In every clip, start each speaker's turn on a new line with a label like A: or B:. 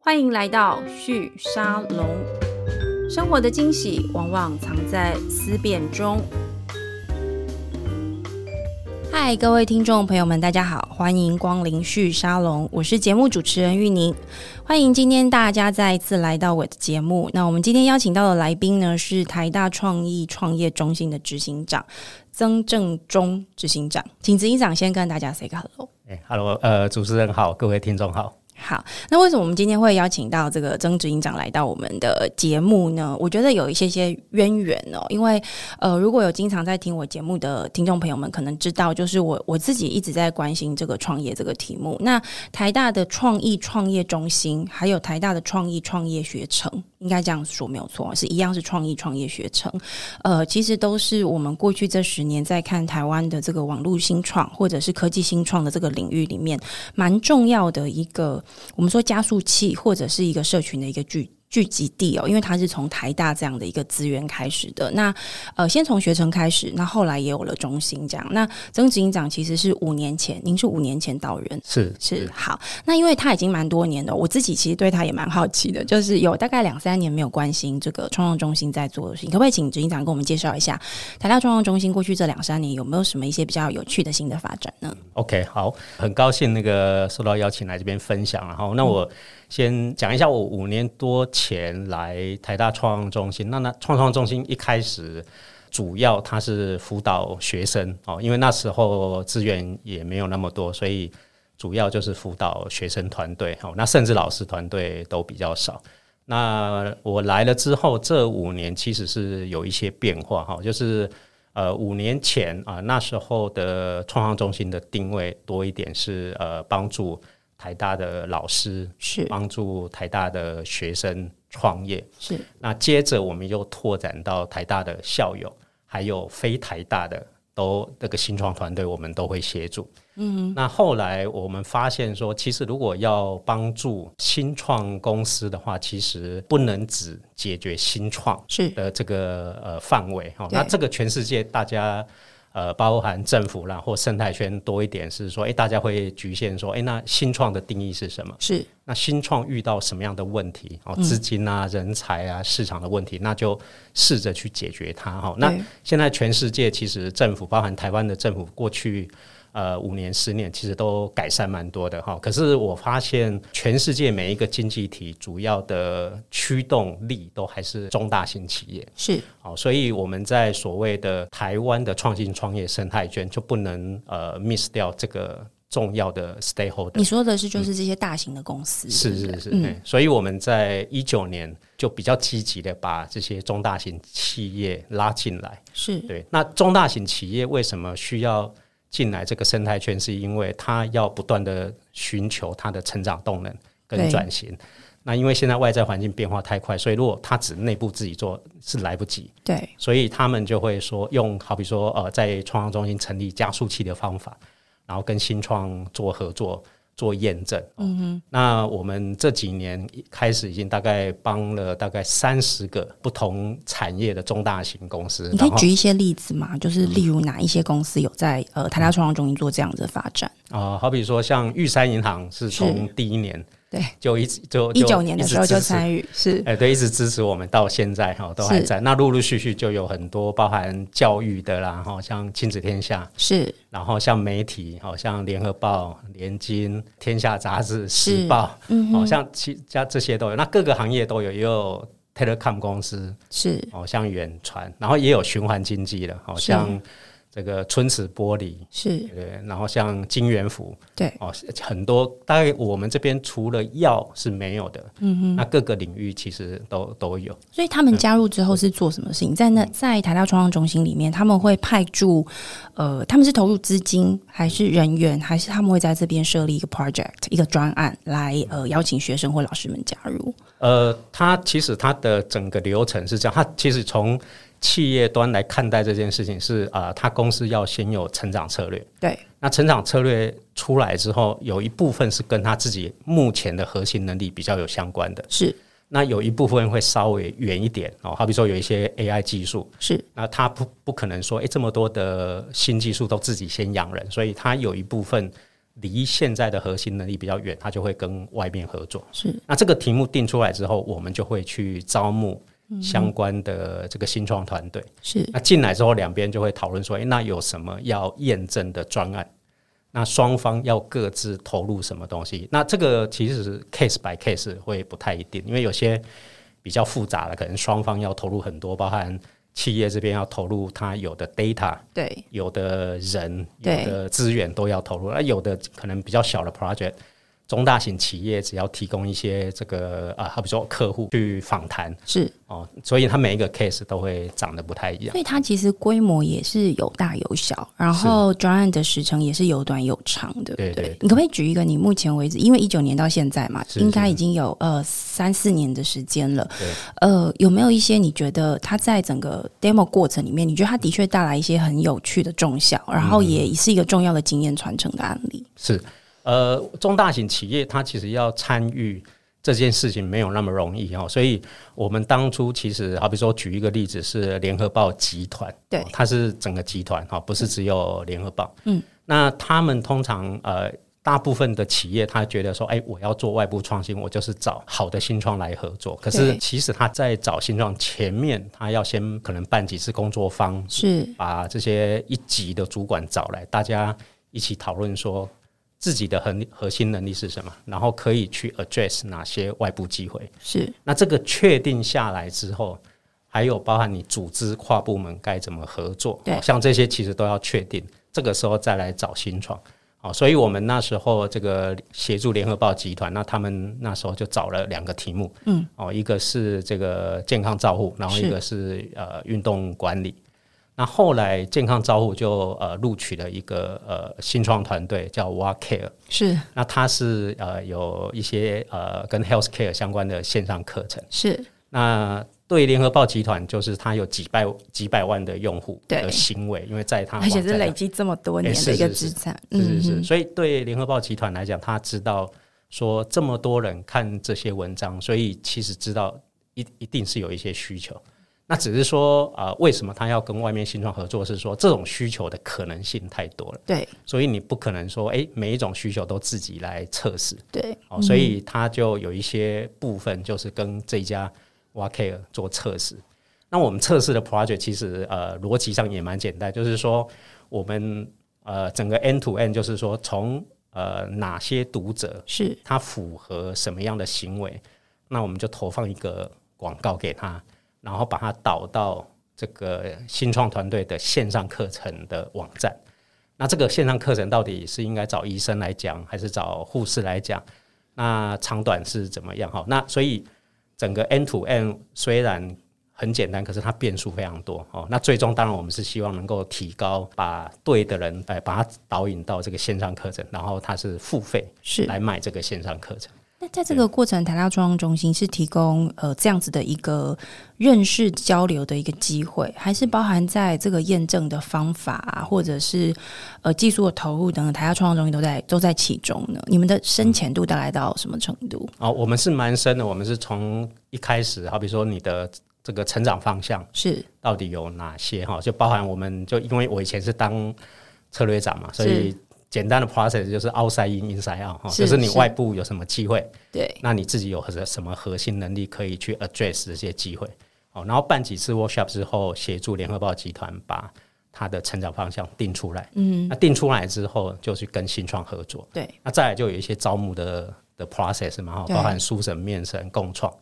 A: 欢迎来到旭沙龙。生活的惊喜往往藏在思辨中。嗨，各位听众朋友们，大家好，欢迎光临旭沙龙，我是节目主持人玉宁。欢迎今天大家再一次来到我的节目。那我们今天邀请到的来宾呢，是台大创意创业中心的执行长曾正中执行长，请执行长先跟大家 say 个 hello。
B: 哎、h e l l o 呃，主持人好，各位听众好。
A: 好，那为什么我们今天会邀请到这个曾执行长来到我们的节目呢？我觉得有一些些渊源哦，因为呃，如果有经常在听我节目的听众朋友们，可能知道，就是我我自己一直在关心这个创业这个题目。那台大的创意创业中心，还有台大的创意创业学程，应该这样说没有错，哦是一样是创意创业学程。呃，其实都是我们过去这十年在看台湾的这个网络新创或者是科技新创的这个领域里面，蛮重要的一个我们说加速器或者是一个社群的一个聚聚集地哦，因为它是从台大这样的一个资源开始的。那呃，先从学程开始，那后来也有了中心这样。那曾执行长其实是五年前，您是五年前到任。
B: 是
A: 是好，那因为他已经蛮多年的，我自己其实对他也蛮好奇的，就是有大概两三年没有关心这个创创中心在做的事情，可不可以请执行长跟我们介绍一下台大创创中心过去这两三年有没有什么一些比较有趣的新的发展呢？
B: OK，好，很高兴那个受到邀请来这边分享。然后，那我先讲一下我五年多前来台大创创中心。那那创创中心一开始主要它是辅导学生哦，因为那时候资源也没有那么多，所以主要就是辅导学生团队哦。那甚至老师团队都比较少。那我来了之后，这五年其实是有一些变化哈、哦，就是呃，五年前啊、那时候的创创中心的定位多一点是呃，帮助台大的老师，
A: 是
B: 帮助台大的学生创业。
A: 是
B: 那接着我们又拓展到台大的校友，还有非台大的都那个新创团队，我们都会协助。嗯，那后来我们发现说，其实如果要帮助新创公司的话，其实不能只解决新创
A: 是
B: 的这个呃范围哈。
A: 对
B: 那这个全世界大家。呃，包含政府啦或生态圈多一点，是说，诶，大家会局限说，诶，那新创的定义是什么？
A: 是
B: 那新创遇到什么样的问题？哦，资金啊、人才啊、市场的问题，那就试着去解决它。哈、那
A: 对
B: 现在全世界其实政府，包含台湾的政府，过去呃五年、十年，其实都改善蛮多的哈、哦可是我发现，全世界每一个经济体主要的驱动力都还是中大型企业。
A: 是
B: 好，所以我们在所谓的台湾的创新创业生态圈，就不能呃 miss 掉这个重要的 stakeholder。
A: 你说的是就是这些大型的公司，
B: 是
A: 对不
B: 是
A: 对
B: 是，嗯、所以我们在一九年就比较积极的把这些中大型企业拉进来。
A: 是
B: 对，那中大型企业为什么需要进来这个生态圈？是因为它要不断的寻求它的成长动能
A: 对
B: 跟转型。那因为现在外在环境变化太快，所以如果它只内部自己做是来不及，
A: 对
B: 所以他们就会说用好比说呃，在创创中心成立加速器的方法，然后跟新创做合作。做验证，嗯哼，那我们这几年开始已经大概帮了大概三十个不同产业的中大型公司，
A: 你可以
B: 然后嗯
A: 举一些例子吗？就是例如哪一些公司有在呃台大创创中心做这样子的发展？
B: 啊、好比说像玉山银行是从第一年
A: 对，
B: 就一直就
A: 一九年的时候就参
B: 与，
A: 与，是
B: 哎、对，一直支持我们到现在哈，都还
A: 是
B: 在。那陆陆续续就有很多包含教育的啦，哈，像亲子天下，
A: 是
B: 然后像媒体，好像联合报、联经、天下杂志、时报，好、像其加这些都有。那各个行业都有，也有 telecom 公司，
A: 是
B: 哦，像远传，然后也有循环经济的，好、
A: 是
B: 像这个春池玻璃，
A: 是，
B: 对，然后像金元福，
A: 对
B: 哦，很多大概我们这边除了药是没有的，嗯哼，那各个领域其实都都有。
A: 所以他们加入之后是做什么事情？在那
B: 嗯
A: 在台大创创中心里面，他们会派驻呃，他们是投入资金，还是人员，还是他们会在这边设立一个 project 一个专案来呃邀请学生或老师们加入？
B: 呃，它其实它的整个流程是这样，它其实从企业端来看待这件事情是啊、呃，它公司要先有成长策略。
A: 对，
B: 那成长策略出来之后，有一部分是跟他自己目前的核心能力比较有相关的，
A: 是
B: 那有一部分会稍微远一点哦，好比说有一些 AI 技术，
A: 是
B: 那他不不可能说，哎，这么多的新技术都自己先养人，所以他有一部分离现在的核心能力比较远，他就会跟外面合作。
A: 是，
B: 那这个题目定出来之后，我们就会去招募相关的这个新创团队。
A: 是
B: 那进来之后，两边就会讨论说，诶，那有什么要验证的专案？那双方要各自投入什么东西？那这个其实 case by case 会不太一定，因为有些比较复杂的，可能双方要投入很多，包含企业这边要投入它有的 data，
A: 对，
B: 有的人、有
A: 对
B: 的资源都要投入，那有的可能比较小的 project，中大型企业只要提供一些这个啊，好比说客户去访谈
A: 是，
B: 哦，所以它每一个 case 都会长得不太一样。
A: 所以它其实规模也是有大有小，然后专案的时程也是有短有长，对不
B: 对对对
A: 你可不可以举一个你目前为止，因为一九年到现在嘛，
B: 是
A: 应该
B: 是
A: 已经有呃三四年的时间了
B: 对。
A: 呃，有没有一些你觉得它在整个 demo 过程里面，你觉得它的确带来一些很有趣的重效，然后
B: 嗯
A: 也是一个重要的经验传承的案例？
B: 是，呃，中大型企业它其实要参与这件事情没有那么容易哦，所以我们当初其实，好比说举一个例子是联合报集团，
A: 对
B: 哦它是整个集团哈、哦，不是只有联合报，
A: 嗯，
B: 那他们通常呃。大部分的企业，他觉得说，哎，我要做外部创新，我就是找好的新创来合作。可是
A: 对
B: 其实他在找新创前面，他要先可能办几次工作坊，
A: 是
B: 把这些一级的主管找来，大家一起讨论说自己的核核心能力是什么，然后可以去 address 哪些外部机会。
A: 是
B: 那这个确定下来之后，还有包含你组织跨部门该怎么合作，
A: 对
B: 像这些其实都要确定。这个时候再来找新创，好，所以我们那时候这个协助联合报集团，那他们那时候就找了两个题目，嗯，哦，一个是这个健康照护，然后一个是呃运动管理。那后来健康照护就呃录取了一个呃新创团队叫 w a Care，
A: 是
B: 那它是呃有一些呃跟 healthcare 相关的线上课程。
A: 是，
B: 那对联合报集团，就是它有几百几百万的用户
A: 对
B: 的行为，因为在它
A: 而且
B: 网站
A: 是
B: 上
A: 累积这么多年
B: 哎
A: 的
B: 是
A: 一个
B: 是
A: 资产，
B: 是是
A: 嗯
B: 是，
A: 哼
B: 所以对联合报集团来讲，他知道说这么多人看这些文章，所以其实知道一一定是有一些需求。那只是说啊、呃为什么他要跟外面新创合作？是说这种需求的可能性太多了，
A: 对
B: 所以你不可能说，哎、每一种需求都自己来测试。
A: 对
B: 哦，所以它就有一些部分就是跟这一家 w a k e r 做测试。那我们测试的 project 其实呃逻辑上也蛮简单，就是说我们呃整个 end to end 就是说从呃哪些读者
A: 是
B: 他符合什么样的行为，那我们就投放一个广告给他，然后把他导到这个新创团队的线上课程的网站。那这个线上课程到底是应该找医生来讲，还是找护士来讲？那长短是怎么样？哈，那所以整个 N to N 虽然很简单，可是它变数非常多哦。那最终当然我们是希望能够提高，把对的人哎，把他导引到这个线上课程，然后他是付费
A: 是
B: 来买这个线上课程。
A: 那在这个过程，台大创中心是提供呃这样子的一个认识交流的一个机会，还是包含在这个验证的方法啊，或者是呃技术的投入等等，台大创中心都在都在其中呢？你们的
B: 嗯
A: 深浅度大概到什么程度？
B: 哦，我们是蛮深的，我们是从一开始，好比说你的这个成长方向
A: 是
B: 到底有哪些哈，就包含我们就因为我以前是当策略长嘛，所以简单的 process 就是 outside in inside out 哈，
A: 是
B: 就是你
A: 是
B: 外部有什么机会，
A: 对
B: 那你自己有什什么核心能力可以去 address 这些机会？哦，然后办几次 workshop 之后，协助联合报集团把它的成长方向定出来。嗯，那定出来之后，就去跟新创合作。
A: 对
B: 那再来就有一些招募的的 process 嘛，哈，
A: 对
B: 包含书审、面审、共创。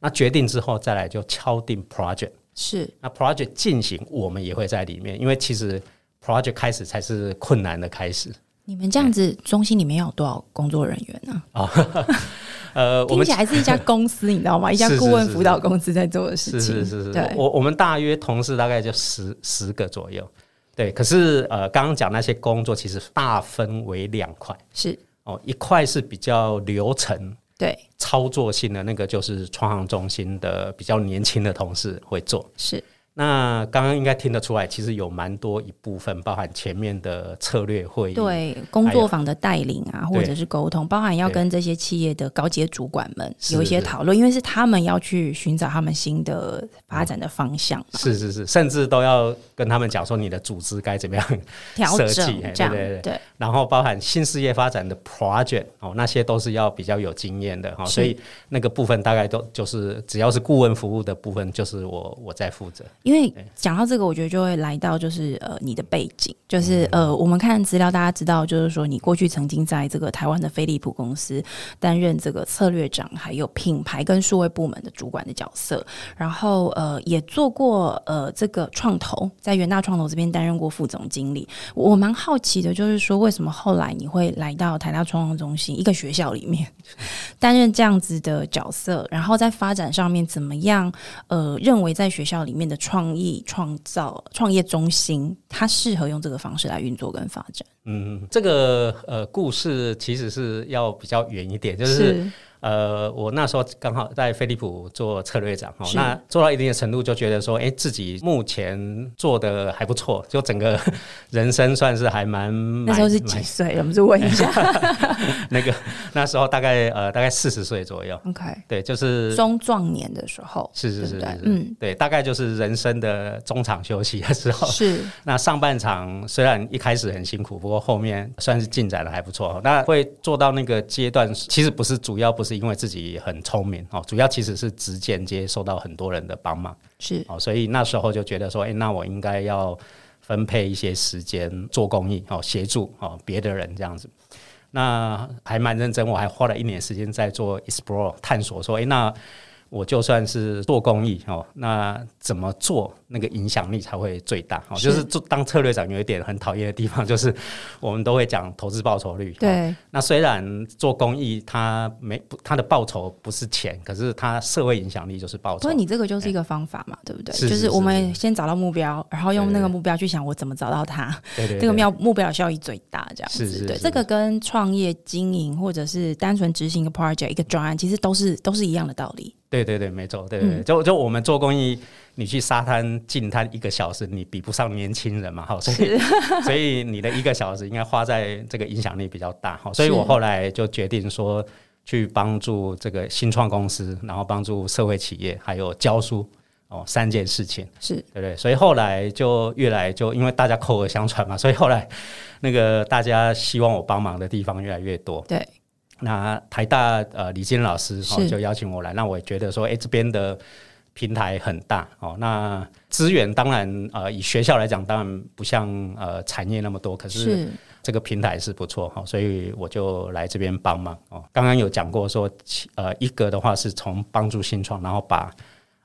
B: 那决定之后，再来就敲定 project。
A: 是
B: 那 project 进行，我们也会在里面，因为其实 project 开始才是困难的开始。
A: 你们这样子中心里面要有多少工作人员呢、
B: 呃，我
A: 听
B: 们
A: 起来是一家公司，你知道吗？ 一家
B: 是是
A: 顾问
B: 是
A: 辅导公司在做的事
B: 是
A: 情。
B: 是是
A: 对
B: 是，我我们大约同事大概就十十个左右，对。可是呃，刚刚讲那些工作其实大分为两块
A: 是，
B: 哦，一块是比较流程
A: 对
B: 操作性的，那个就是创行中心的比较年轻的同事会做。
A: 是
B: 那刚刚应该听得出来，其实有蛮多一部分，包含前面的策略会议，
A: 对工作坊的带领啊，或者是沟通，包含要跟这些企业的高阶主管们
B: 是
A: 有一些讨论，因为是他们要去寻找他们新的发展的方向嘛，
B: 是是是，甚至都要跟他们讲说你的组织该怎么样，
A: 调
B: 设计
A: 整
B: 哎
A: 这样
B: 对对对
A: 对，
B: 然后包含新事业发展的 project 哦，那些都是要比较有经验的哈、哦，
A: 是
B: 所以那个部分大概都就是只要是顾问服务的部分，就是我我在负责。
A: 因为讲到这个，我觉得就会来到就是呃你的背景，就是呃我们看资料，大家知道就是说你过去曾经在这个台湾的飞利浦公司担任这个策略长，还有品牌跟数位部门的主管的角色，然后呃也做过呃这个创投，在元大创投这边担任过副总经理。我蛮好奇的，就是说为什么后来你会来到台大创投中心一个学校里面 担任这样子的角色，然后在发展上面怎么样？呃，认为在学校里面的创意创造创业中心，它适合用这个方式来运作跟发展，
B: 嗯，这个呃故事其实是要比较远一点，就是呃，我那时候刚好在飞利浦做策略长哦，
A: 是
B: 那做到一定的程度就觉得说，哎、自己目前做的还不错，就整个人生算是还蛮
A: 那时候是
B: 蛮
A: 几岁？我们就问一 下。
B: 那个那时候大概呃大概四十岁左右，
A: OK，
B: 对，就是
A: 中壮年的时候，
B: 是是是
A: 对
B: 是
A: 不对
B: 是，
A: 嗯，
B: 对，大概就是人生的中场休息的时候，
A: 是
B: 那上半场虽然一开始很辛苦，不过后面算是进展的还不错。那会做到那个阶段，其实不是主要不是因为自己很聪明哦，主要其实是直间接受到很多人的帮忙
A: 是
B: 哦，所以那时候就觉得说，哎、那我应该要分配一些时间做公益哦，协助哦别的人这样子。那还蛮认真，我还花了一年时间在做 explore 探索，说，哎、那我就算是做公益哦，那怎么做那个影响力才会最大？哦，
A: 是
B: 就是做当策略长有一点很讨厌的地方，就是我们都会讲投资报酬率。哦，
A: 对
B: 那虽然做公益它没不它的报酬不是钱，可是它社会影响力就是报酬
A: 所以。你这个就是一个方法嘛，对不对？
B: 哎是
A: 就是是我们
B: 是
A: 先找到目标，然后用
B: 对
A: 那
B: 对
A: 个
B: 对
A: 目标去想我怎么找到它，
B: 对对对
A: 这个目标目标效益最大，这样子。
B: 是是
A: 对，
B: 是
A: 这个跟创业经营或者是单纯执行一个 project 一个专案，其实都是都是一样的道理。
B: 对对对，没错，对对对
A: 嗯
B: 就就我们做公益，你去沙滩净滩一个小时，你比不上年轻人嘛，哈，所以 所以你的一个小时应该花在这个影响力比较大，哈，所以
A: 是
B: 我后来就决定说去帮助这个新创公司，然后帮助社会企业，还有教书。哦，三件事情，
A: 是
B: 对不对？所以后来就越来就因为大家口耳相传嘛，所以后来那个大家希望我帮忙的地方越来越多。
A: 对，
B: 那台大呃李金老师哦
A: 是
B: 就邀请我来，那我也觉得说，哎、这边的平台很大哦，那资源当然呃以学校来讲，当然不像呃产业那么多，可是
A: 是
B: 这个平台是不错哈、哦，所以我就来这边帮忙哦。刚刚有讲过说，其呃一个的话是从帮助新创，然后把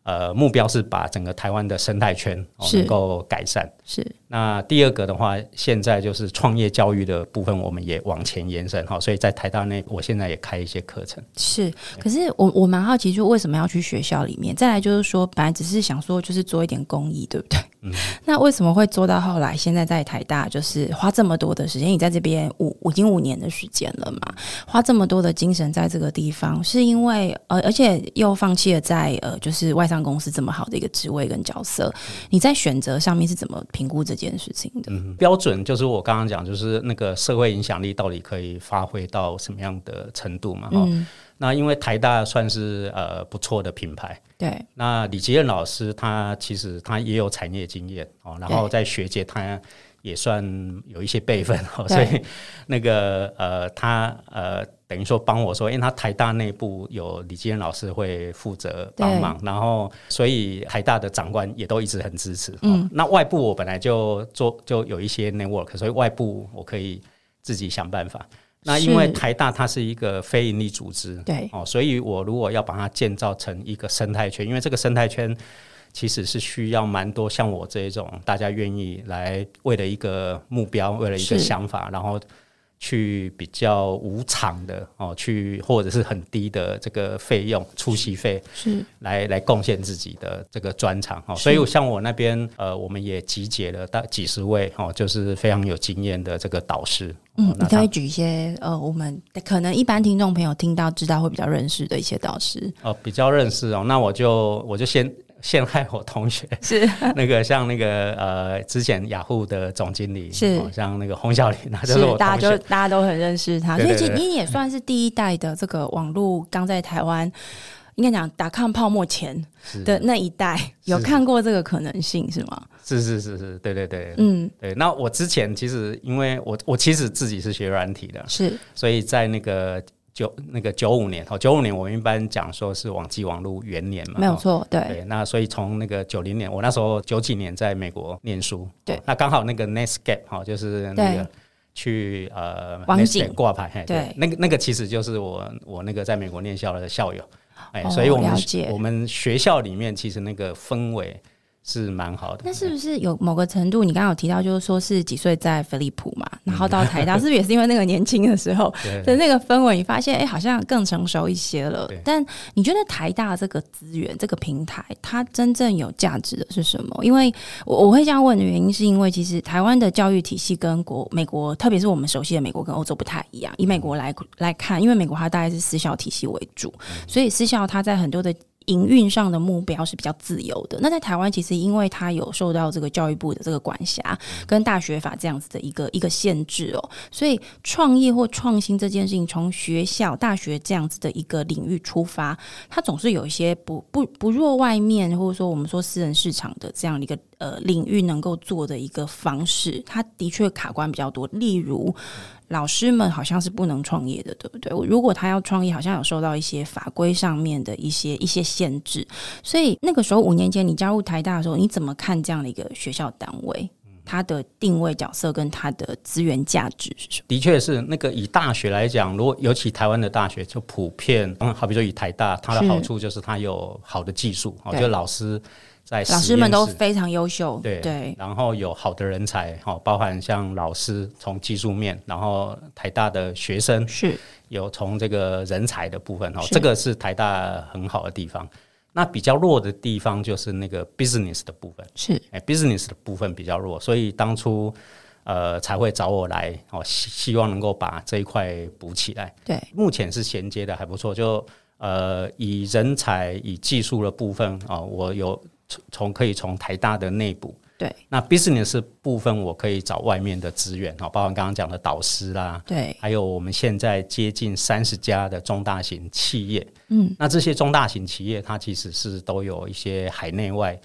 B: 呃目标是把整个台湾的生态圈、哦、
A: 是
B: 能够改善。
A: 是
B: 那第二个的话，现在就是创业教育的部分，我们也往前延伸哦哈，所以在台大内，我现在也开一些课程。
A: 是，可是我我蛮好奇，就为什么要去学校里面？再来就是说，本来只是想说，就是做一点公益，对不对？
B: 嗯
A: 那为什么会做到后来？现在在台大，就是花这么多的时间，你在这边五已经五年的时间了嘛，花这么多的精神在这个地方，是因为呃，而且又放弃了在呃，就是外商公司这么好的一个职位跟角色，你在选择上面是怎么评估这件事情的？
B: 嗯，标准就是我刚刚讲，就是那个社会影响力到底可以发挥到什么样的程度嘛？哈、哦
A: 嗯，
B: 那因为台大算是呃不错的品牌，
A: 对，
B: 那李吉任老师他其实他也有产业经验哦，然后在学界他也算有一些辈分哦，
A: 对
B: 所以那个呃他呃等于说帮我说，因为他台大内部有李吉任老师会负责帮忙，然后所以台大的长官也都一直很支持。嗯，那外部我本来就做就有一些 network，所以外部我可以自己想办法。那因为
A: 是
B: 台大它是一个非营利组织，
A: 对，
B: 哦，所以我如果要把它建造成一个生态圈，因为这个生态圈其实是需要蛮多像我这一种大家愿意来为了一个目标，为了一个
A: 是
B: 想法，然后去比较无偿的哦，去或者是很低的这个费用出席费
A: 是
B: 来来贡献自己的这个专长哦。
A: 是
B: 所以像我那边呃，我们也集结了大几十位哦，就是非常有经验的这个导师。
A: 嗯
B: 哦，
A: 你
B: 那
A: 可
B: 他
A: 以举一些呃，我们可能一般听众朋友听到知道会比较认识的一些导师，
B: 哦，比较认识哦，那我就我就先陷害我同学，
A: 是
B: 那个像那个呃，之前雅虎的总经理
A: 是
B: 哦像那个洪小林， 他就是是我
A: 大
B: 同
A: 家就
B: 学，
A: 大家都很认识他，
B: 对
A: 所以
B: 对
A: 其实
B: 对
A: 你也算是第一代的这个网络刚在台湾。应该讲打抗泡沫前
B: 是
A: 的那一代，有
B: 是
A: 看过这个可能性是吗？
B: 是是是是，对对对。
A: 嗯，
B: 对，那我之前其实因为我我其实自己是学软体的，
A: 是
B: 所以在那个九那个九五年，哦，九五年我们一般讲说是网际网络元年嘛，
A: 没有
B: 哦
A: 错，对
B: 对，那所以从那个九零年，我那时候九几年在美国念书，哦
A: 对
B: 那刚好那个 Netscape 哈、就是那
A: 对
B: 个去呃
A: 网景
B: Netscape 挂牌，嘿
A: 对
B: 那个那个其实就是我我那个在美国念校的校友，哎、
A: 哦
B: 所以我们
A: 了解
B: 我们学校里面其实那个氛围是蛮好的，
A: 那是不是有某个程度？你刚刚有提到，就是说是几岁在飞利浦嘛，然后到台 大，是不是也是因为那个年轻的时候
B: 对
A: 的那个氛围，你发现哎、好像更成熟一些了
B: 对。
A: 但你觉得台大这个资源、这个平台，它真正有价值的是什么？因为我我会这样问的原因，是因为其实台湾的教育体系跟国美国，特别是我们熟悉的美国跟欧洲不太一样。以美国来来看，因为美国它大概是私校体系为主，
B: 嗯
A: 所以私校它在很多的营运上的目标是比较自由的。那在台湾，其实因为它有受到这个教育部的这个管辖
B: 嗯
A: 跟大学法这样子的一个一个限制哦，所以创业或创新这件事情，从学校、大学这样子的一个领域出发，它总是有一些不不不弱外面或者说我们说私人市场的这样的一个呃领域能够做的一个方式，它的确卡关比较多。例如，老师们好像是不能创业的，对不对？如果他要创业，好像有受到一些法规上面的一些一些限制。所以那个时候五年前你加入台大的时候，你怎么看这样的一个学校单位？它的定位角色跟它的资源价值是什么？
B: 的确是那个以大学来讲，如果尤其台湾的大学，就普遍，嗯，好比说以台大，它的
A: 是
B: 好处就是它有好的技术，哦，
A: 对
B: 就老师在
A: 老
B: 实
A: 师
B: 验
A: 们都
B: 室
A: 非常优秀，
B: 对然后有好的人才，哦，包含像老师从技术面，然后台大的学生
A: 是
B: 有从这个人才的部分，哦，
A: 是
B: 这个是台大很好的地方。那比较弱的地方就是那个 business 的部分。
A: 是
B: 哎、b u s i n e s s 的部分比较弱，所以当初呃才会找我来哦，希希望能够把这一块补起来。
A: 对，
B: 目前是衔接的还不错，就呃以人才以技术的部分哦，我有从从可以从台大的内部。
A: 对
B: 那 business 部分，我可以找外面的资源哦，包括刚刚讲的导师啦，
A: 对
B: 还有我们现在接近三十家的中大型企业，嗯，那这些中大型企业，它其实是都有一些海内外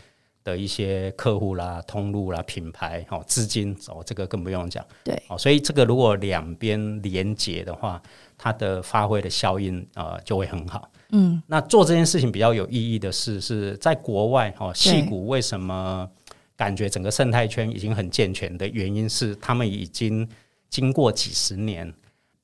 B: 的一些客户啦、通路啦、品牌哦、资金哦，这个更不用讲
A: 对
B: 哦。所以这个如果两边连接的话，它的发挥的效应呃就会很好。嗯，那做这件事情比较有意义的是，是在国外哦，戏股为什么感觉整个生态圈已经很健全的原因是，他们已经经过几十年。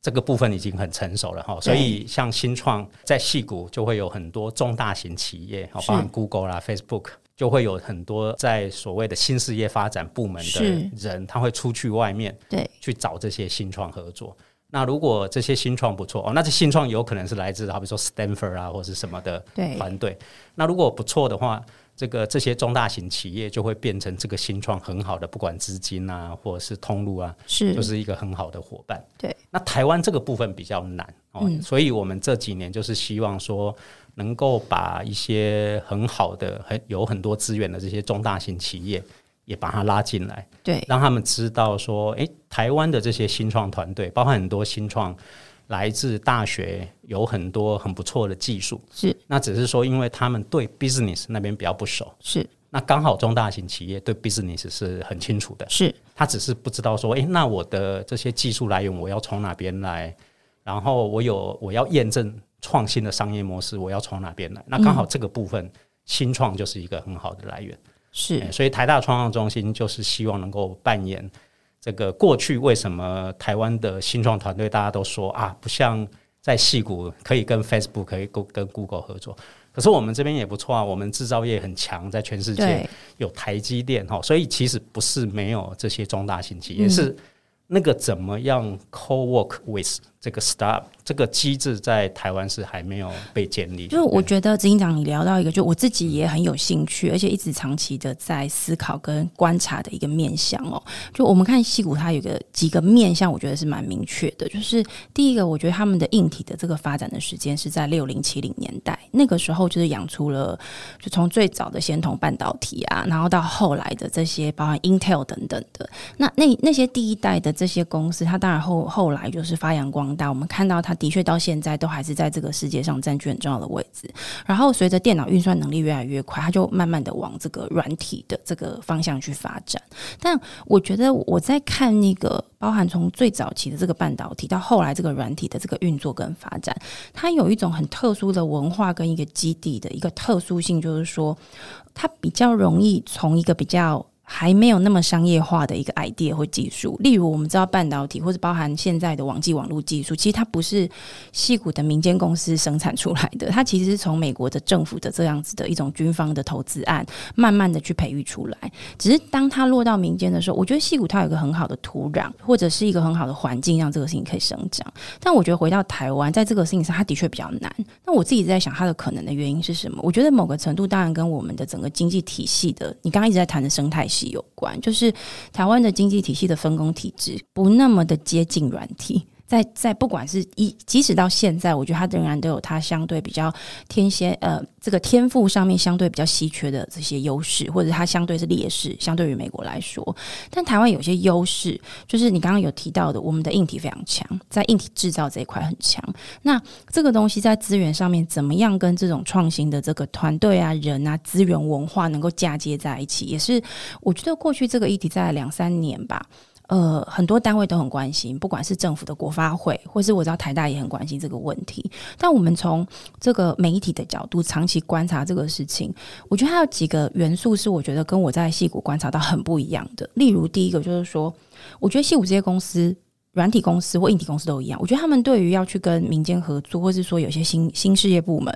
B: 这个部分已经很成熟了哈，所以像新创在戏股就会有很多中大型企业，哦
A: 是
B: 包含 Google 啦、Facebook，就会有很多在所谓的新事业发展部门
A: 是
B: 的人，他会出去外面
A: 对
B: 去找这些新创合作。那如果这些新创不错哦，那这新创有可能是来自好比说 Stanford 啊，或是什么的
A: 对
B: 团队。那如果不错的话，这个这些中大型企业就会变成这个新创很好的，不管资金啊，或者是通路啊，
A: 是
B: 就是一个很好的伙伴。
A: 对，嗯
B: 那台湾这个部分比较难哦，所以我们这几年就是希望说，能够把一些很好的、很有很多资源的这些中大型企业，也把它拉进来，
A: 对
B: 让他们知道说，诶，台湾的这些新创团队，包括很多新创。来自大学有很多很不错的技术，
A: 是
B: 那只是说，因为他们对 business 那边比较不熟，
A: 是
B: 那刚好中大型企业对 business 是很清楚的，
A: 是
B: 他只是不知道说，诶，那我的这些技术来源我要从哪边来，然后我有我要验证创新的商业模式，我要从哪边来？那刚好这个部分、新创就是一个很好的来源，
A: 是
B: 诶所以台大创创中心就是希望能够扮演这个过去为什么台湾的新创团队大家都说啊，不像在戏谷可以跟 Facebook 可以跟跟 Google 合作，可是我们这边也不错啊，我们制造业很强，在全世界
A: 对嗯
B: 有台积电哈，所以其实不是没有这些中大型企业，是那个怎么样 co-work with 这个 startup 这个机制在台湾是还没有被建立。
A: 就是我觉得执行长，你聊到一个，就我自己也很有兴趣，而且一直长期的在思考跟观察的一个面向哦。就我们看戏骨，它有个几个面向，我觉得是蛮明确的。就是第一个，我觉得他们的硬体的这个发展的时间是在六零七零年代，那个时候就是养出了，就从最早的仙童半导体啊，然后到后来的这些，包含 Intel 等等的。那那那些第一代的这些公司，它当然后后来就是发扬光大。我们看到它的确到现在都还是在这个世界上占据很重要的位置。然后随着电脑运算能力越来越快，它就慢慢的往这个软体的这个方向去发展。但我觉得我在看那个，包含从最早期的这个半导体到后来这个软体的这个运作跟发展，它有一种很特殊的文化跟一个基地的一个特殊性，就是说它比较容易从一个比较。还没有那么商业化的一个 idea 或技术，例如我们知道半导体或者包含现在的网际网络技术，其实它不是戏骨的民间公司生产出来的，它其实是从美国的政府的这样子的一种军方的投资案，慢慢的去培育出来。只是当它落到民间的时候，我觉得戏骨它有一个很好的土壤，或者是一个很好的环境，让这个事情可以生长。但我觉得回到台湾，在这个事情上，它的确比较难。那我自己在想它的可能的原因是什么？我觉得某个程度当然跟我们的整个经济体系的，你刚刚一直在谈的生态系。有关，就是台湾的经济体系的分工体制不那么的接近软体。在在不管是一，即使到现在，我觉得它仍然都有它相对比较天蝎呃这个天赋上面相对比较稀缺的这些优势，或者它相对是劣势，相对于美国来说。但台湾有些优势，就是你刚刚有提到的，我们的硬体非常强，在硬体制造这一块很强。那这个东西在资源上面怎么样跟这种创新的这个团队啊、人啊、资源文化能够嫁接在一起，也是我觉得过去这个议题在两三年吧。呃，很多单位都很关心，不管是政府的国发会，或是我知道台大也很关心这个问题。但我们从这个媒体的角度长期观察这个事情，我觉得它有几个元素是我觉得跟我在戏谷观察到很不一样的。例如，第一个就是说，我觉得戏谷这些公司。软体公司或硬体公司都一样，我觉得他们对于要去跟民间合作，或是说有些新新事业部门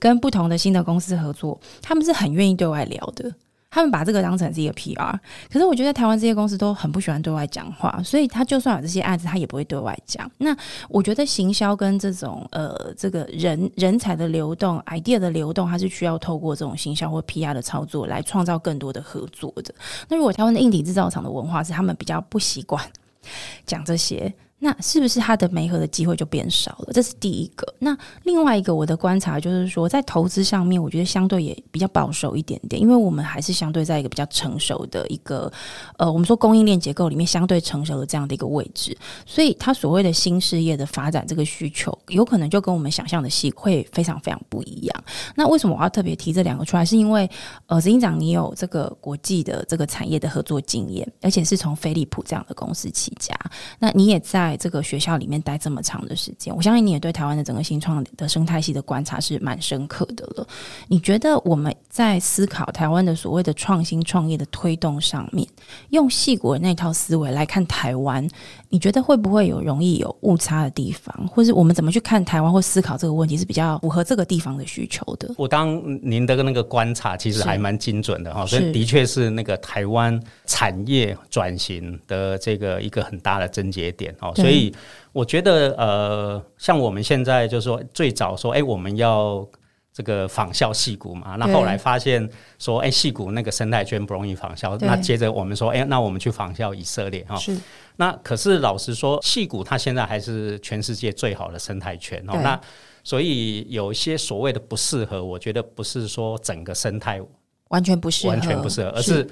A: 跟不同的新的公司合作，他们是很愿意对外聊的。他们把这个当成是一个 PR，可是我觉得台湾这些公司都很不喜欢对外讲话，所以他就算有这些案子，他也不会对外讲。那我觉得行销跟这种呃这个人人才的流动、idea 的流动，它是需要透过这种行销或 PR 的操作来创造更多的合作的。那如果台湾的硬体制造厂的文化是他们比较不习惯讲这些。那是不是他的媒合的机会就变少了？这是第一个。那另外一个我的观察就是说，在投资上面，我觉得相对也比较保守一点点，因为我们还是相对在一个比较成熟的一个呃，我们说供应链结构里面相对成熟的这样的一个位置，所以它所谓的新事业的发展这个需求，有可能就跟我们想象的系会非常非常不一样。那为什么我要特别提这两个出来？是因为呃，执行长你有这个国际的这个产业的合作经验，而且是从飞利浦这样的公司起家，那你也在。在这个学校里面待这么长的时间，我相信你也对台湾的整个新创的生态系的观察是蛮深刻的了。你觉得我们在思考台湾的所谓的创新创业的推动上面，用细国那套思维来看台湾，你觉得会不会有容易有误差的地方，或是我们怎么去看台湾或思考这个问题是比较符合这个地方的需求的？
B: 我当您的那个观察其实还蛮精准的哈，所以的确是那个台湾产业转型的这个一个很大的症结点哦。所以我觉得，呃，像我们现在就是说，最早说，哎、欸，我们要这个仿效戏骨嘛，那后来发现说，哎、欸，戏骨那个生态圈不容易仿效，那接着我们说，哎、欸，那我们去仿效以色列哈。
A: 是。
B: 那可是老实说，戏骨它现在还是全世界最好的生态圈哦。那所以有一些所谓的不适合，我觉得不是说整个生态
A: 完全不呃适合，
B: 完全不适合，而是。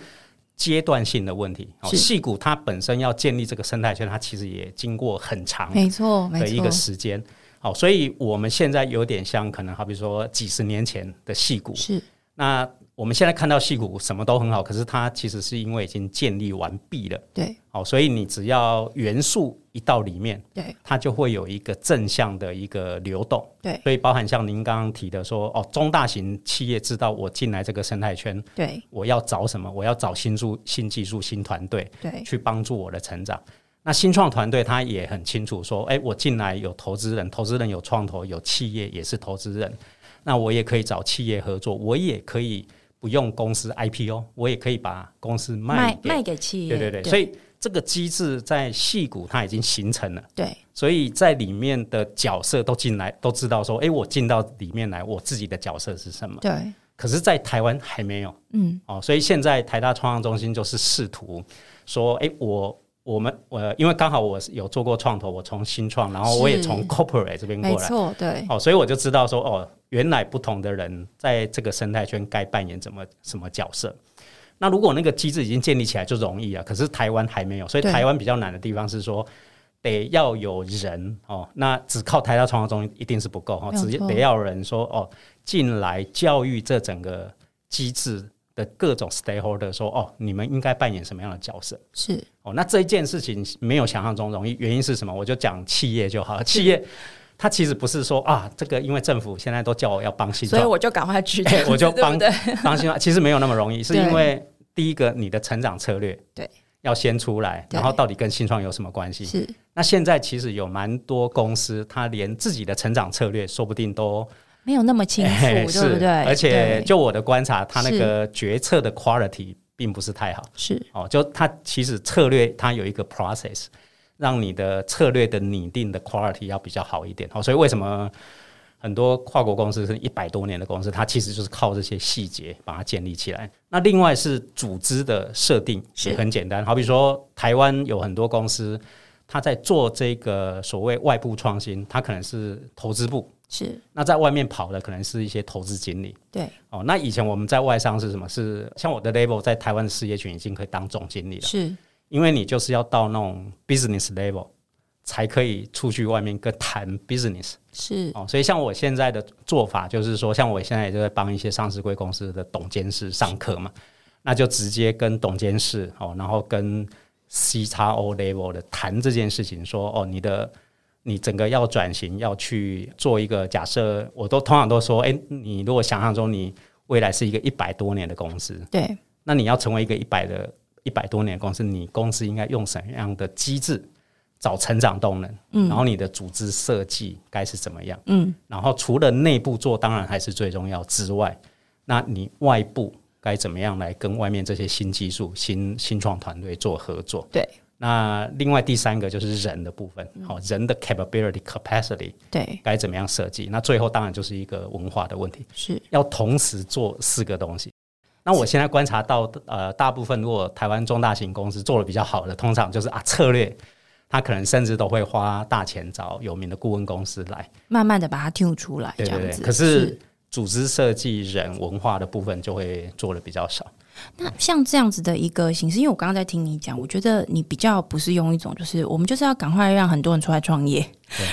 B: 阶段性的问题，哦，戏骨它本身要建立这个生态圈，它其实也经过很长
A: 没错
B: 的一个时间，好、哦，所以我们现在有点像可能好比说几十年前的戏骨，
A: 是
B: 那我们现在看到戏骨什么都很好，可是它其实是因为已经建立完毕了，
A: 对，
B: 好、哦，所以你只要元素一到里面，
A: 对，
B: 它就会有一个正向的一个流动，
A: 对，
B: 所以包含像您刚刚提的说，哦，中大型企业知道我进来这个生态圈，
A: 对，
B: 我要找什么？我要找新术、新技术、新团队，
A: 对，
B: 去帮助我的成长。那新创团队他也很清楚说，哎、欸，我进来有投资人，投资人有创投，有企业也是投资人，那我也可以找企业合作，我也可以不用公司 IPO，我也可以把公司卖
A: 卖给企业，
B: 对对对，對所以。这个机制在戏骨它已经形成了，
A: 对，
B: 所以在里面的角色都进来都知道说，哎，我进到里面来，我自己的角色是什么。
A: 对，
B: 可是，在台湾还没有
A: 嗯，
B: 哦，所以现在台大创创中心就是试图说，哎，我我们我因为刚好我是有做过创投，我从新创，然后我也
A: 是
B: 从 corporate 这边
A: 没
B: 过来，
A: 错，对，
B: 哦，所以我就知道说，哦，原来不同的人在这个生态圈该扮演怎么什么角色。那如果那个机制已经建立起来就容易啊，可是台湾还没有，所以
A: 对
B: 台湾比较难的地方是说，得要有人哦，那只靠台大创造中心一定是不够哦，
A: 没有
B: 只
A: 错
B: 得要有人说哦，进来教育这整个机制的各种 stakeholder 说哦，你们应该扮演什么样的角色。
A: 是
B: 哦，那这一件事情没有想象中容易，原因是什么？我就讲企业就好了。企业它其实不是说啊，这个因为政府现在都叫我要帮新
A: 所以
B: 创，
A: 我就赶快去
B: 哎， 我就帮
A: 对
B: 帮新创，其实没有那么容易，是因
A: 对
B: 为第一个你的成长策略
A: 对
B: 要先出来，
A: 对
B: 然后到底跟新创有什么关
A: 不对
B: 系？
A: 是
B: 那现在其实有蛮多公司，它连自己的成长策略说不定都
A: 没有那么清楚，
B: 哎
A: 对不
B: 是
A: 对？
B: 而且
A: 对
B: 就我的观察，它那
A: 是
B: 个决策的 quality 并不是太好。
A: 是
B: 哦，就它其实策略它有一个 process，让你的策略的拟定的 quality 要比较好一点。哦，所以为什么很多跨国公司是一百多年的公司，它其实就是靠这些细节把它建立起来。那另外是组织的设定
A: 是
B: 也很简单，好比说台湾有很多公司。它在做这个所谓外部创新，它可能是投资部，
A: 是，
B: 那在外面跑的可能是一些投资经理，
A: 对，
B: 哦，那以前我们在外商是什么？是像我的 level 在台湾的事业群已经可以当总经理了，
A: 是
B: 因为你就是要到那种 business level 才可以出去外面跟谈 business
A: 是
B: 哦。所以像我现在的做法就是说，像我现在也就在帮一些上市贵公司的董监事上课嘛，那就直接跟董监事哦，然后跟 C 叉 O level 的谈这件事情说哦，你的。你整个要转型，要去做一个假设，我都通常都说，哎、你如果想象中你未来是一个一百多年的公司，
A: 对，
B: 那你要成为一个一百的一百多年的公司，你公司应该用什么样的机制找成长动能？嗯，然后你的组织设计该是怎么样？
A: 嗯，
B: 然后除了内部做，当然还是最重要之外，那你外部该怎么样来跟外面这些新技术、新新创团队做合作？
A: 对
B: 那另外第三个就是人的部分，好、人的 capability capacity
A: 对
B: 该怎么样设计？那最后当然就是一个文化的问题。
A: 是，
B: 要同时做四个东西。那我现在观察到，呃，大部分如果台湾中大型公司做的比较好的，通常就是啊策略，他可能甚至都会花大钱找有名的顾问公司来，
A: 慢慢的把它 tune 出来，这
B: 对
A: 样
B: 对对。
A: 子。
B: 可是组织设计、人文化的部分就会做的比较少。
A: 那像这样子的一个形式，因为我刚刚在听你讲，我觉得你比较不是用一种，就是我们就是要赶快让很多人出来创业，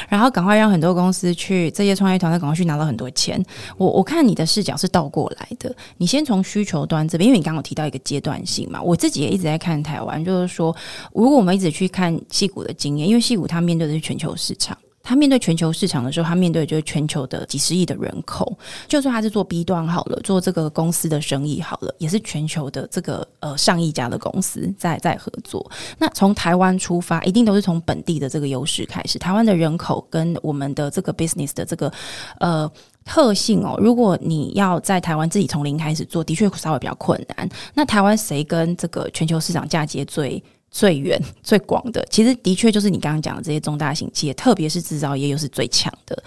A: 然后赶快让很多公司去这些创业团队赶快去拿到很多钱。我我看你的视角是倒过来的，你先从需求端这边，因为你刚刚有提到一个阶段性嘛，我自己也一直在看台湾，就是说，如果我们一直去看戏股的经验，因为戏股它面对的是全球市场。它面对全球市场的时候，它面对的就是全球的几十亿的人口，就算他是做 B 端好了，做这个公司的生意好了，也是全球的这个呃上亿家的公司在在合作。那从台湾出发，一定都是从本地的这个优势开始。台湾的人口跟我们的这个 business 的这个呃。特性哦，如果你要在台湾自己从零开始做，的确稍微比较困难。那台湾谁跟这个全球市场嫁接最最远、最广的？其实的确就是你刚刚讲的这些中大型企业，特别是制造业又是最强的。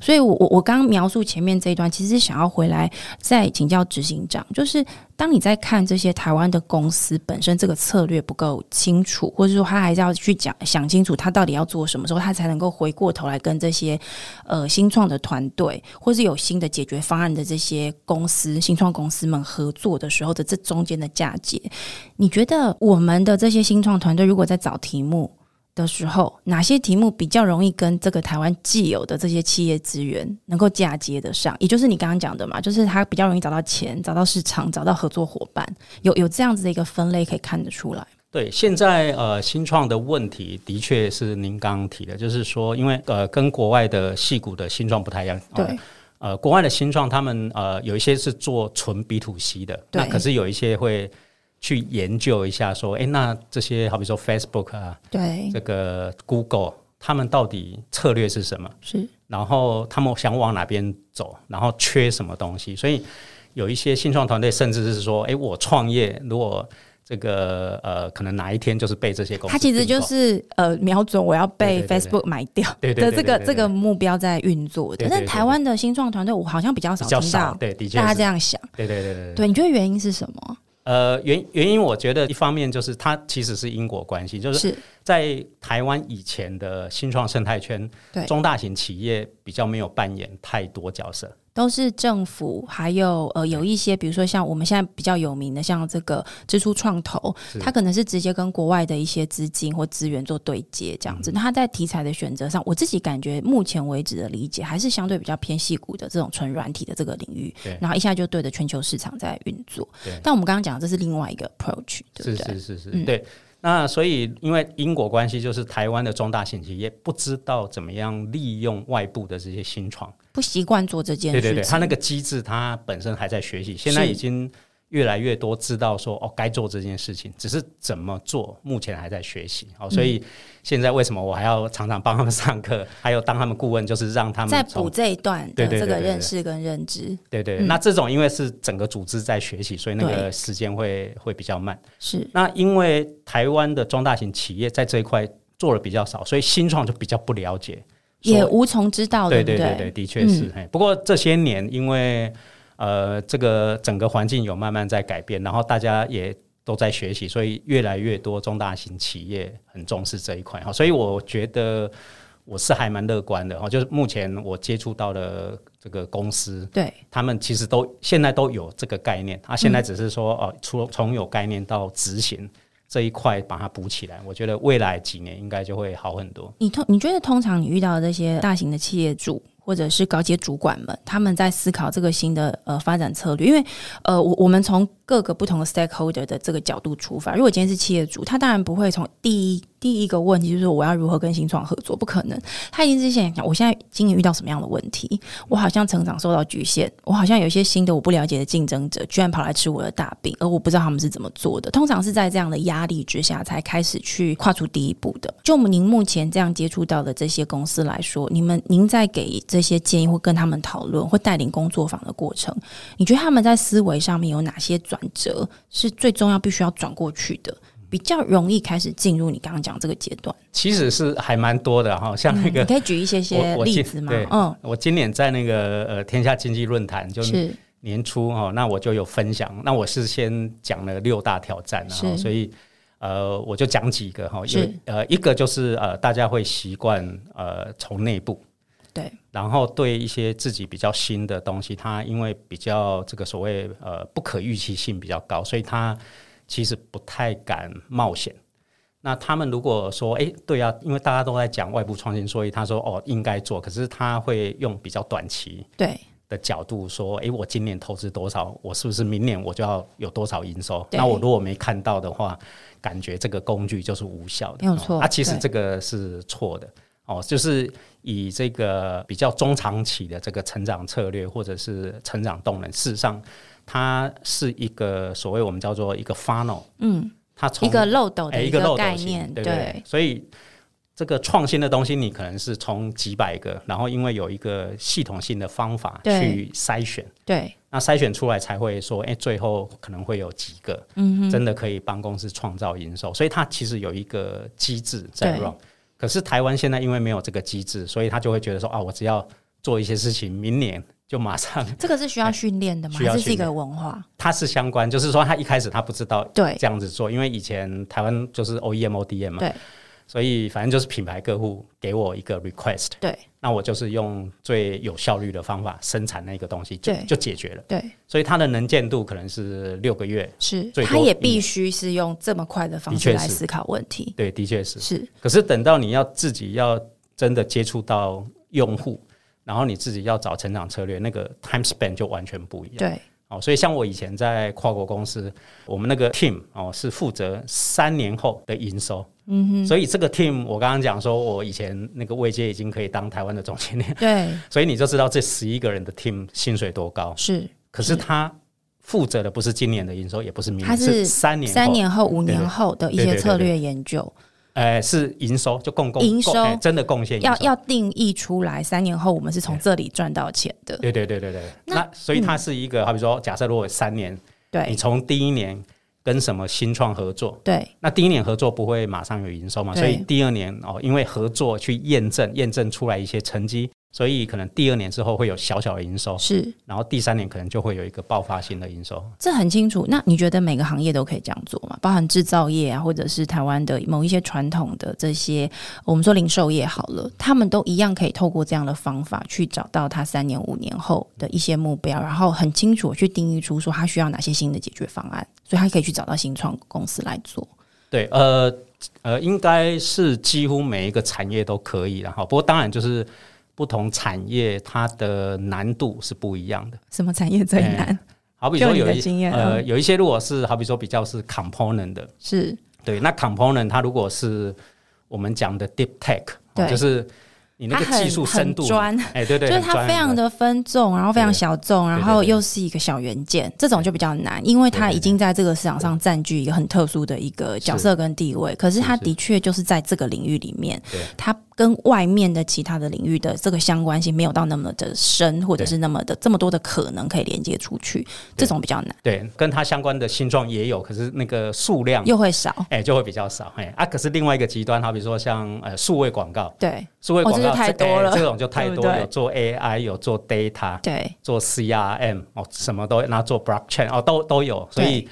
A: 所以我，我我刚刚描述前面这一段，其实是想要回来再请教执行长，就是当你在看这些台湾的公司本身这个策略不够清楚，或者说他还是要去讲想清楚他到底要做什么时候，他才能够回过头来跟这些呃新创的团队，或是有新的解决方案的这些公司、新创公司们合作的时候的这中间的嫁接，你觉得我们的这些新创团队如果在找题目，的时候，哪些题目比较容易跟这个台湾既有的这些企业资源能够嫁接得上？也就是你刚刚讲的嘛，就是它比较容易找到钱、找到市场、找到合作伙伴，有有这样子的一个分类可以看得出来。
B: 对，现在呃新创的问题的确是您刚刚提的，就是说，因为呃跟国外的戏股的新创不太一样，
A: 对，
B: 呃呃，国外的新创，他们呃有一些是做纯 B to C 的，
A: 对
B: 那可是有一些会去研究一下，说，哎，那这些好比说 Facebook 啊，
A: 对，
B: 这个 Google，他们到底策略是什么？
A: 是
B: 然后他们想往哪边走，然后缺什么东西？所以有一些新创团队甚至是说，哎，我创业如果这个呃，可能哪一天就是被这些公司
A: 它其实
B: 并
A: 就
B: 购
A: 是呃瞄准我要被
B: 对对对
A: Facebook 买掉
B: 对对
A: 的这
B: 对
A: 个
B: 对对对
A: 这个目标在运作的
B: 对对。对
A: 但
B: 对
A: 台湾的新创团队，我好像比较
B: 比
A: 少
B: 较
A: 听
B: 少，
A: 到
B: 对，的确
A: 大家
B: 是
A: 这样想。
B: 对对对对对。
A: 对，你觉得原因是什么？
B: 呃，原原因我觉得一方面就是它其实是因果关系，就是
A: 是
B: 在台湾以前的新创生态圈
A: 对，
B: 中大型企业比较没有扮演太多角色。
A: 都是政府，还有呃有一些，比如说像我们现在比较有名的，像这个支出创投，它可能是直接跟国外的一些资金或资源做对接这
B: 嗯
A: 样子。那它在题材的选择上，我自己感觉目前为止的理解还是相对比较偏细股的这种纯软体的这个领域
B: 对，
A: 然后一下就对着全球市场在运作
B: 对。
A: 但我们刚刚讲的这是另外一个 approach，对不
B: 是
A: 对？嗯
B: 是是是，对。那所以，因为因果关系，就是台湾的中大型企业不知道怎么样利用外部的这些新创，
A: 不习惯做这件
B: 对
A: 事
B: 对
A: 情，
B: 对，它那个机制它本身还在学习，现在
A: 是
B: 已经越来越多知道说哦该做这件事情，只是怎么做目前还在学习哦，所
A: 嗯
B: 以现在为什么我还要常常帮他们上课，还有当他们顾问，就是让他们
A: 在
B: 从
A: 补这一段的
B: 对对
A: 这
B: 对
A: 个
B: 对对
A: 认识跟认知
B: 对对，
A: 嗯
B: 那这种因为是整个组织在学习，所以那
A: 对
B: 个时间会会比较慢。
A: 是
B: 那因为台湾的中大型企业在这一块做的比较少，所以新创就比较不了解。
A: 也
B: 说
A: 无从知道，
B: 对
A: 不
B: 哦对对对，嗯的确是。嘿不过这些年因为呃这个整个环境有慢慢在改变，然后大家也都在学习，所以越来越多中大型企业很重视这一块哦哈。所以我觉得我是还蛮乐观的哈，就是目前我接触到的这个公司，
A: 对。
B: 他们其实都现在都有这个概念，他、现在只是
A: 嗯
B: 说哦，除从有概念到执行这一块把它补起来，我觉得未来几年应该就会好很多。
A: 你通你觉得通常你遇到的这些大型的企业主或者是高阶主管们，他们在思考这个新的呃发展策略，因为呃我我们从各个不同的 stakeholder 的这个角度出发，如果今天是企业主，他当然不会从第一第一个问题就是说我要如何跟新创合作，不可能，他一定是先想我现在今年遇到什么样的问题，我好像成长受到局限，我好像有一些新的我不了解的竞争者，居然跑来吃我的大饼，呃而我不知道他们是怎么做的。通常是在这样的压力之下，才开始去跨出第一步的。就我们您目前这样接触到的这些公司来说，你们您在给这些建议或跟他们讨论或带领工作坊的过程，你觉得他们在思维上面有哪些转折是最重要必须要转过去的？嗯比较容易开始进入你刚刚讲这个阶段，
B: 其实是还蛮多的哈，像那
A: 你
B: 个、
A: 可以举一些些
B: 我我
A: 例
B: 记
A: 子吗
B: 对？
A: 嗯，
B: 我今年在那个呃天下经济论坛就是年初哦，那我就有分享，那我是先讲了六大挑战，然后
A: 是
B: 所以呃我就讲几个哈，有
A: 是
B: 呃一个就是呃大家会习惯呃从内部。
A: 对，
B: 然后对一些自己比较新的东西，它因为比较这个所谓呃不可预期性比较高，所以它其实不太敢冒险。那他们如果说，哎，对啊，因为大家都在讲外部创新，所以他说哦应该做，可是他会用比较短期
A: 对，
B: 的角度说，哎，我今年投资多少，我是不是明年我就要有多少营收？
A: 对
B: 那我如果没看到的话，感觉这个工具就是无效的。
A: 没有错
B: 哦啊，其实
A: 对
B: 这个是错的。哦，就是以这个比较中长期的这个成长策略或者是成长动能，事实上它是一个所谓我们叫做一个 funnel，嗯，它从
A: 一个漏斗
B: 哎
A: 的
B: 个漏斗
A: 概
B: 型
A: 念，
B: 对不对，所以。这个创新的东西，你可能是从几百个，然后因为有一个系统性的方法
A: 对
B: 去筛选，
A: 对
B: 那筛选出来才会说，哎、最后可能会有几个，
A: 嗯
B: 真的可以帮公司创造营收，所以它其实有一个机制在
A: 对
B: run。可是台湾现在因为没有这个机制，所以他就会觉得说啊，我只要做一些事情，明年就马上。
A: 这个是需要训练的吗？
B: 哎需要
A: 还是是一
B: 训练
A: 个文化？
B: 它是相关，就是说他一开始他不知道
A: 对
B: 这样子做，因为以前台湾就是 E OEM、ODM 嘛，
A: 对
B: 所以反正就是品牌客户给我一个 request，
A: 对
B: 那我就是用最有效率的方法生产那个东西，就
A: 对
B: 就解决了。
A: 对，
B: 所以它的能见度可能是六个月，
A: 是，
B: 最
A: 他
B: 多
A: 也
B: 嗯
A: 必须是用这么快的方
B: 的
A: 式
B: 确
A: 来
B: 是
A: 思考问题，
B: 对，的确是。
A: 是
B: 可是等到你要自己要真的接触到用户，然后你自己要找成长策略，那个 time span 就完全不一样。
A: 对
B: 哦，所以像我以前在跨国公司，我们那个 team 哦是负责三年后的营收。嗯哼，所以这个 team 我刚刚讲说，我以前那个位阶已经可以当台湾的总经理，
A: 对
B: 所以你就知道这十一个人的 team 薪水多高。
A: 是，
B: 可是他负责的不是今年的营收，也不是明
A: 他
B: 年，
A: 是
B: 三年后
A: 三年后、五
B: 对
A: 年后的一
B: 对
A: 些
B: 对对
A: 策
B: 对
A: 略研究，
B: 呃，是营收就共共
A: 营
B: 共
A: 收
B: 哎真的贡献营
A: 要
B: 收
A: 要定义出来，三年后我们是从这里赚到钱的，
B: 对对对对对，
A: 那嗯
B: 那所以它是一个，好比说，假设如果三年，你
A: 对
B: 从第一年跟什么新创合作。
A: 对，
B: 那第一年合作不会马上有营收嘛，
A: 对
B: 所以第二年哦，因为合作去验证，验证出来一些成绩，所以可能第二年之后会有小小的营收，
A: 是，
B: 然后第三年可能就会有一个爆发性的营收。
A: 这很清楚。那你觉得每个行业都可以这样做吗？包含制造业啊，或者是台湾的某一些传统的这些，我们说零售业好了，他们都一样可以透过这样的方法去找到他三年、五年后的一些目标，然后很清楚地去定义出说他需要哪些新的解决方案，所以他可以去找到新创公司来做。
B: 对，呃呃，应该是几乎每一个产业都可以然后不过当然就是不同产业它的难度是不一样的。
A: 什么产业最
B: 哎
A: 难？
B: 好比
A: 就
B: 说
A: 你
B: 有
A: 的
B: 一
A: 经验
B: 呃
A: 嗯
B: 有一些如果是好比说比较是 component 的，
A: 是
B: 对，那 component 它如果是我们讲的 deep tech，
A: 对
B: 哦就是你那个
A: 它很
B: 技术深度
A: 很，专，
B: 哎，对对，
A: 就是
B: 很
A: 它
B: 专
A: 非常
B: 很专
A: 的分众，然后非常小众，然后
B: 对对
A: 又是一个小元件，这种就比较难，因为它已经在这个市场上占据一个很特殊的一个角色跟地位。可是它
B: 是是
A: 的确就是在这个领域里面
B: 对，
A: 它跟外面的其他的领域的这个相关性没有到那么的深，或者是那么的这么多的可能可以连接出去，这种比较难，
B: 对，跟它相关的新创也有，可是那个数量。
A: 又会少。
B: 哎、就会比较少哎、啊，可是另外一个极端，好比说像呃数位广告，
A: 对
B: 数位
A: 哦
B: 广告
A: 这就太
B: 这哎
A: 多了
B: 这种就太
A: 对不
B: 多，
A: 对
B: 有做 AI，有做 data，
A: 对，
B: 做 CRM 哦，什么都那做 blockchain 哦，都都有，所以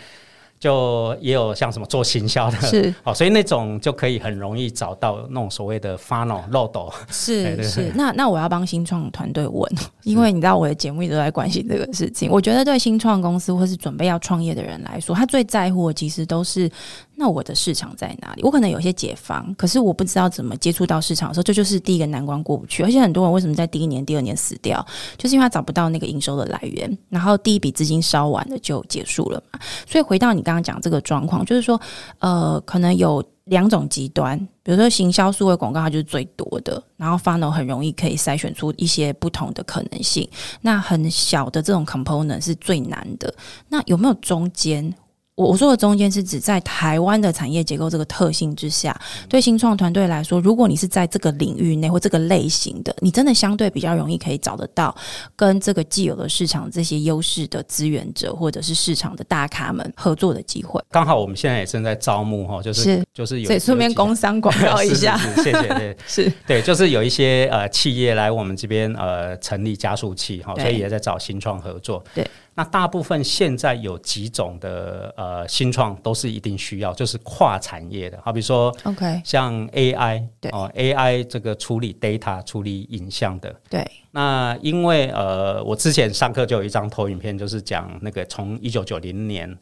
B: 就也有像什么做行销 的
A: 是
B: 哦，所以那种就可以很容易找到那种所谓的 funnel 漏斗，对
A: 是
B: 对
A: 是，那那我要帮新创团队问， 因为你知道我的节目一直都在关心这个事情。我觉得对新创公司或是准备要创业的人来说，他最在乎的其实都是那我的市场在哪里？我可能有些解放，可是我不知道怎么接触到市场的时候，这就是第一个难关过不去。而且很多人为什么在第一年、第二年死掉，就是因为他找不到那个营收的来源，然后第一笔资金烧完了就结束了嘛。所以回到你刚刚讲这个状况，就是说，呃，可能有两种极端，比如说行销数位广告，它就是最多的，然后 funnel 很容易可以筛选出一些不同的可能性。那很小的这种 component 是最难的。那有没有中间？我我说的中间是指在台湾的产业结构这个特性之下，对新创团队来说，如果你是在这个领域内或这个类型的，你真的相对比较容易可以找得到跟这个既有的市场这些优势的资源者或者是市场的大咖们合作的机会。
B: 刚好我们现在也正在招募哈，就是
A: 是
B: 就是有，
A: 所以顺便 工商广告
B: 聊
A: 一下，
B: 是是 是谢谢。对
A: 是
B: 对，就是有一些呃企业来我们这边呃成立加速器哈，
A: 对
B: 所以也在找新创合作。
A: 对，
B: 那大部分现在有几种的呃新创都是一定需要，就是跨产业的，好比说
A: OK，
B: 像 AI，
A: 对
B: 哦，AI 这个处理 data、处理影像的。
A: 对，
B: 那因为呃，我之前上课就有一张投影片，就是讲那个从一九九零年，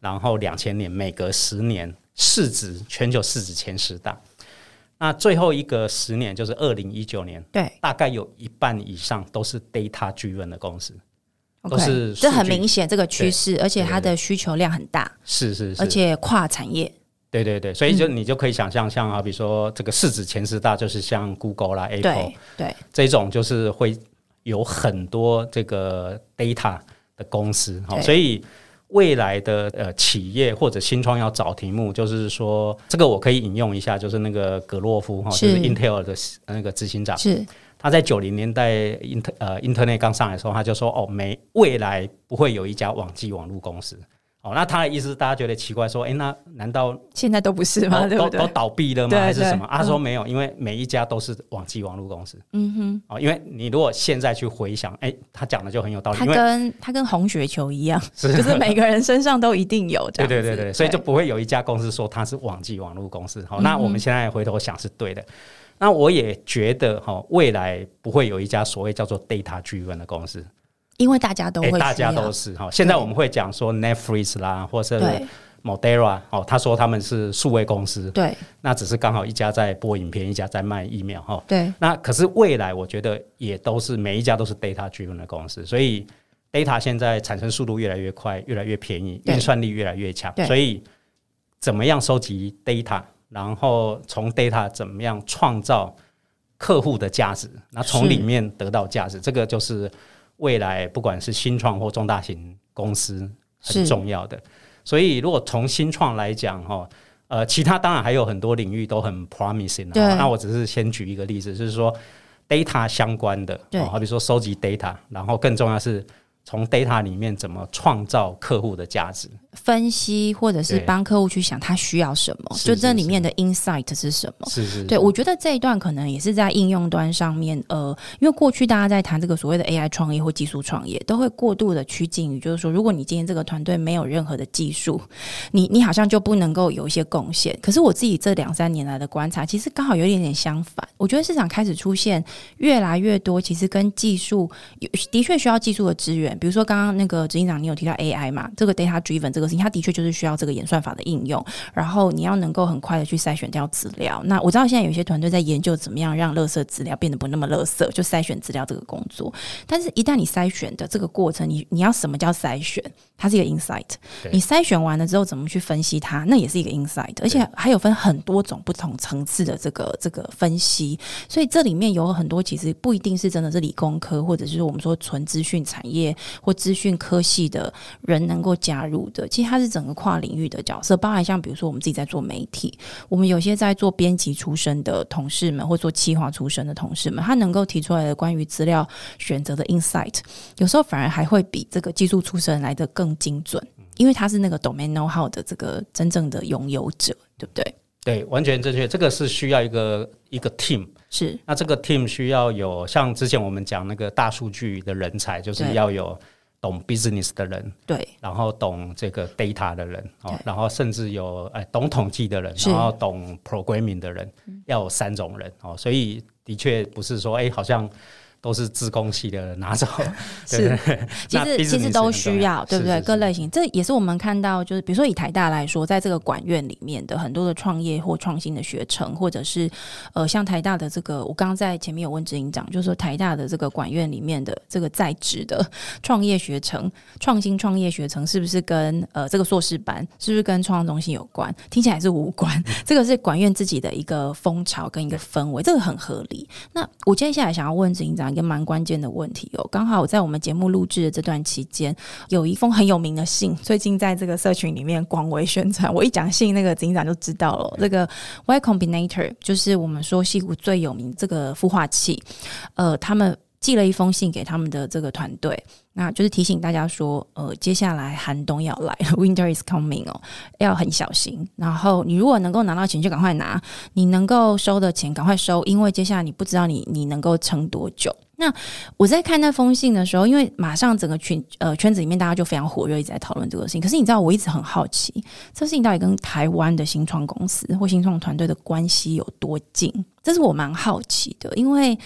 B: 然后两千年，每隔十年市值全球市值前十大。那最后一个十年就是二零一九年，
A: 对
B: 大概有一半以上都是 data 巨人的公司。都
A: ，OK，
B: 是
A: 这很
B: 数据
A: 明显这个趋势，而且它的需求量很大，
B: 是是是，
A: 而且嗯跨产业，
B: 对对对，所以就你就可以想象，像好比说这个市值前十大，就是像 Google 啦、Apple
A: 对对
B: 这种就是会有很多这个 data 的公司，好，
A: 对
B: 所以未来的呃企业或者新创要找题目，就是说这个我可以引用一下，就是那个格洛夫哈，就是
A: 是
B: Intel 的那个执行长，
A: 是
B: 他在九零年代 Inter 呃 Internet 刚上来的时候，他就说哦，没未来不会有一家网际网络公司。哦，那他的意思，大家觉得奇怪，说，哎，那难道
A: 现在都不是
B: 都
A: 嘛，对不
B: 哦都都
A: 对？
B: 倒闭了
A: 对
B: 吗？还是
A: 对
B: 什么？啊他
A: 嗯
B: 说没有，因为每一家都是网际网络公司。
A: 嗯哼，
B: 哦，因为你如果现在去回想，哎、他讲的就很有道理，
A: 它
B: 因为
A: 跟它跟红雪球一样，
B: 是
A: 就是每个人身上都一定有这
B: 对
A: 样子，
B: 对对对，所以就不会有一家公司说它是网际网络公司。
A: 嗯
B: 好、那我们现在回头想是对的。那我也觉得哈、哦未来不会有一家所谓叫做 data 巨人的公司，
A: 因为大家都会
B: 哎、
A: 需要，
B: 大家都是哈、现在我们会讲说 Netflix 啦，或是
A: 对
B: Modera 哦，他说他们是数位公司，
A: 对
B: 那只是刚好一家在播影片，一家在卖疫苗哈、哦
A: 对
B: 那可是未来，我觉得也都是每一家都是 data driven 的公司，所以 data 现在产生速度越来越快，越来越便宜，
A: 对
B: 运算力越来越强
A: 对，
B: 所以怎么样收集 data，然后从 data 怎么样创造客户的价值，那从
A: 是
B: 里面得到价值，这个就是未来不管是新创或中大型公司很
A: 是
B: 重要的。所以如果从新创来讲，哈、呃，其他当然还有很多领域都很 promising
A: 对
B: 啊。那我只是先举一个例子，就是说 data 相关的，
A: 对
B: 哦好比说收集 data，然后更重要是从 data 里面怎么创造客户的价值。
A: 分析，或者是
B: 对
A: 帮客户去想他需要什么，
B: 是
A: 就是这里
B: 是
A: 面的 insight 是什么。
B: 是是，
A: 哦对，
B: 是
A: 我觉得这一段可能也是在应用端上面，呃，因为过去大家在谈这个所谓的 AI 创业或技术创业，都会过度的趋近于，就是说，如果你今天这个团队没有任何的技术，你你好像就不能够有一些贡献。可是我自己这两三年来的观察，其实刚好有一点点相反。我觉得市场开始出现越来越多，其实跟技术有的确需要技术的支援，比如说刚刚那个执行长你有提到 AI 嘛，这个 data driven 这个事情，它的确就是需要这个演算法的应用。然后你要能够很快的去筛选掉资料。那我知道现在有一些团队在研究怎么样让垃圾资料变得不那么垃圾，就筛选资料这个工作。但是，一旦你筛选的这个过程，你你要什么叫筛选？它是一个 insight
B: 对。
A: 你筛选完了之后，怎么去分析它，那也是一个 insight。而且还有分很多种不同层次的这个这个分析，所以这里面有很多其实不一定是真的是理工科，或者是我们说纯资讯产业或资讯科系的人能够加入的，其实它是整个跨领域的角色，包含像比如说我们自己在做媒体，我们有些在做编辑出身的同事们，或做企划出身的同事们，他能够提出来的关于资料选择的 insight，有时候反而还会比这个技术出身来的更精准，因为他是那个 domain know how 的这个真正的拥有者，对不对？
B: 对，完全正确。这个是需要一个一个 team，
A: 是
B: 那这个 team 需要有像之前我们讲那个大数据的人才，就是
A: 对
B: 要有懂 business 的人，
A: 对，
B: 然后懂这个 data 的人哦
A: 对，
B: 然后甚至有哎懂统计的人，
A: 是嗯
B: 然后懂 programming 的人，要有三种人哦，所以的确不是说哎好像。都是自工系的 拿走，对
A: 是，其
B: 那
A: 实
B: business
A: 其实都
B: 很重
A: 需要，对不
B: 是
A: 对？
B: 是
A: 各
B: 是
A: 类型，这也是我们看到，就是比如说以台大来说，在这个管院里面的很多的创业或创新的学程，或者是呃，像台大的这个，我刚刚在前面有问执行长，就是说台大的这个管院里面的这个在职的 创业学程、创新创业学程，是不是跟呃这个硕士班是不是跟创创中心有关？听起来是无关， 这个是管院自己的一个风潮跟一个氛围，这个很合理。那我接下来想要问执行长一个蛮关键的问题哦。刚好我在我们节目录制的这段期间，有一封很有名的信，最近在这个社群里面广为宣传。我一讲信，那个执行长就知道了。这个 Y Combinator 就是我们说戏谷最有名这个孵化器，呃，他们寄了一封信给他们的这个团队，那就是提醒大家说，呃，接下来寒冬要来了，Winter is coming 哦，要很小心。然后你如果能够拿到钱，就赶快拿；你能够收的钱，赶快收，因为接下来你不知道你你能够撑多久。那我在看那封信的时候，因为马上整个群呃圈子里面大家就非常火热，一直在讨论这个事情。可是你知道，我一直很好奇，这事情到底跟台湾的新创公司或新创团队的关系有多近？这是我蛮好奇的，因为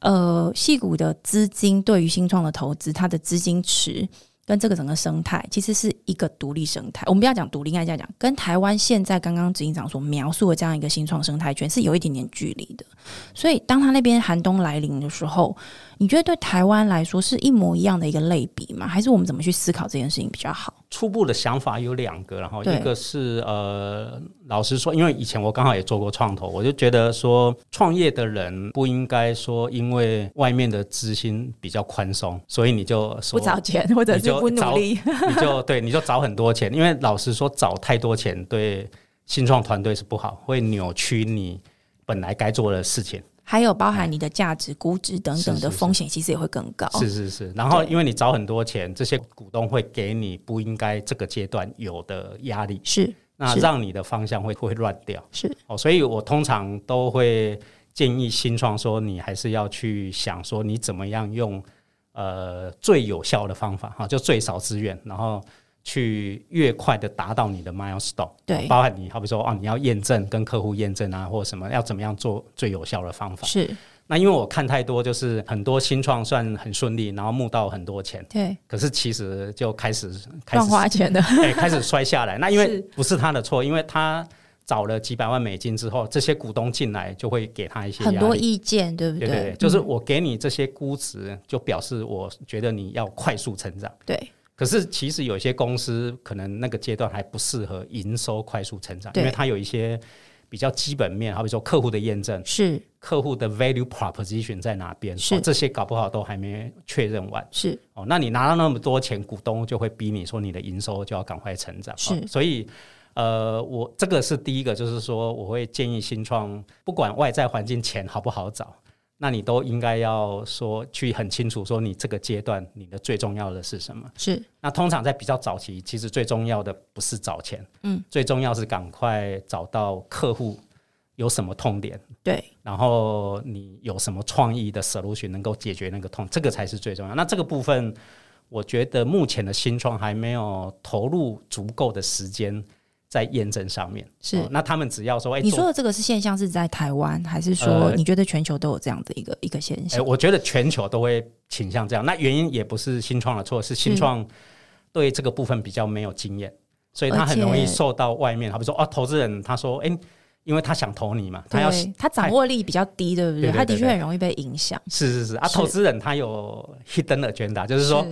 A: 呃，戏股的资金对于新创的投资，它的资金池跟这个整个生态其实是一个独立生态。我们不要讲独立，应该这样讲，跟台湾现在刚刚执行长所描述的这样一个新创生态圈是有一点点距离的。所以，当他那边寒冬来临的时候，你觉得对台湾来说是一模一样的一个类比吗？还是我们怎么去思考这件事情比较好？
B: 初步的想法有两个，然后
A: 对
B: 一个是呃，老实说，因为以前我刚好也做过创投，我就觉得说，创业的人不应该说因为外面的资金比较宽松，所以你就说
A: 不找钱，或者
B: 你
A: 是
B: 就
A: 不努
B: 找
A: 力？
B: 你就对你就找很多钱，因为老实说，找太多钱对新创团队是不好，会扭曲你本来该做的事情。
A: 还有包含你的价值、估值等等的
B: 是是是
A: 风险，其实也会更高。
B: 是是是，然后
A: 对
B: 因为你找很多钱，这些股东会给你不应该这个阶段有的压力，
A: 是
B: 那让你的方向会会乱掉。
A: 是
B: 哦，所以我通常都会建议新创说，你还是要去想说你怎么样用呃最有效的方法哈，就最少资源，然后去越快的达到你的 milestone，
A: 对
B: 包含你好比说哦，你要验证跟客户验证啊，或什么要怎么样做最有效的方法。
A: 是，
B: 那因为我看太多，就是很多新创算很顺利，然后募到很多钱，
A: 对，
B: 可是其实就开始开
A: 乱
B: 始
A: 花钱的，
B: 哎、开始摔下来。那因
A: 是
B: 为不是他的错，因为他找了几百万美金之后，这些股东进来就会给他一些
A: 很
B: 压
A: 多
B: 力
A: 意见，对不嗯
B: 对对，就是我给你这些估值，就表示我觉得你要快速成长。
A: 对
B: 可是其实有些公司可能那个阶段还不适合营收快速成长，
A: 对
B: 因为它有一些比较基本面，好比说客户的验证、
A: 是
B: 客户的 value proposition 在哪边，
A: 是
B: 哦、这些搞不好都还没确认完。
A: 是
B: 哦，那你拿到那么多钱，股东就会逼你说你的营收就要赶快成长。
A: 是
B: 哦所以呃，我这个是第一个，就是说我会建议新创，不管外在环境钱好不好找，那你都应该要说去很清楚，说你这个阶段你的最重要的是什么。
A: 是
B: 那通常在比较早期，其实最重要的不是找钱，
A: 嗯，
B: 最重要是赶快找到客户有什么痛点，
A: 对，
B: 然后你有什么创意的 solution 能够解决那个痛，这个才是最重要。那这个部分，我觉得目前的新创还没有投入足够的时间在验证上面。哦
A: 是
B: 那他们只要说，哎、
A: 你
B: 做
A: 说的这个是现象是在台湾，还是说
B: 呃
A: 你觉得全球都有这样的一个、一个现
B: 哎、
A: 象？
B: 我觉得全球都会倾向这样。那原因也不是新创的错，
A: 嗯
B: 是新创对这个部分比较没有经验，所以他很容
A: 而且
B: 易受到外面，好比说哦，投资人他说，哎、因为他想投你嘛，他要是
A: 对，他掌握力比较低，对不对？
B: 对对对
A: 他的确
B: 对
A: 很容易被影响。
B: 是是啊，
A: 是
B: 投资人他有 hidden agenda，就是说，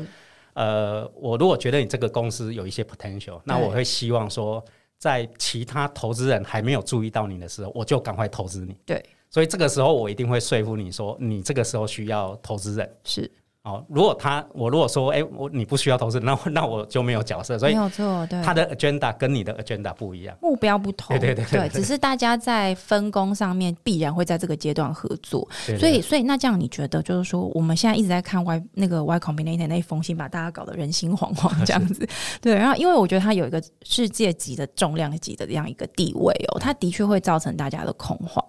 B: 呃，我如果觉得你这个公司有一些 potential，那我会希望说，在其他投资人还没有注意到你的时候，我就赶快投资你。
A: 对，
B: 所以这个时候我一定会说服你说，你这个时候需要投资人。
A: 是，
B: 哦，如果他我如果说，哎、我你不需要投资人，那我那我就没有角色，所
A: 没
B: 以
A: 有错，对。
B: 他的 agenda 跟你的 agenda 不一样。
A: 目标不同，
B: 对对对对对
A: 只是大家在分工上面必然会在这个阶段合作，
B: 对对
A: 所以所以那这样你觉得就是说，我们现在一直在看 Y 那个 Y Combinator 那一封信，把大家搞得人心惶惶这样 子，对，然后因为我觉得它有一个世界级的重量级的这样一个地位
B: 嗯
A: 哦，它的确会造成大家的恐慌。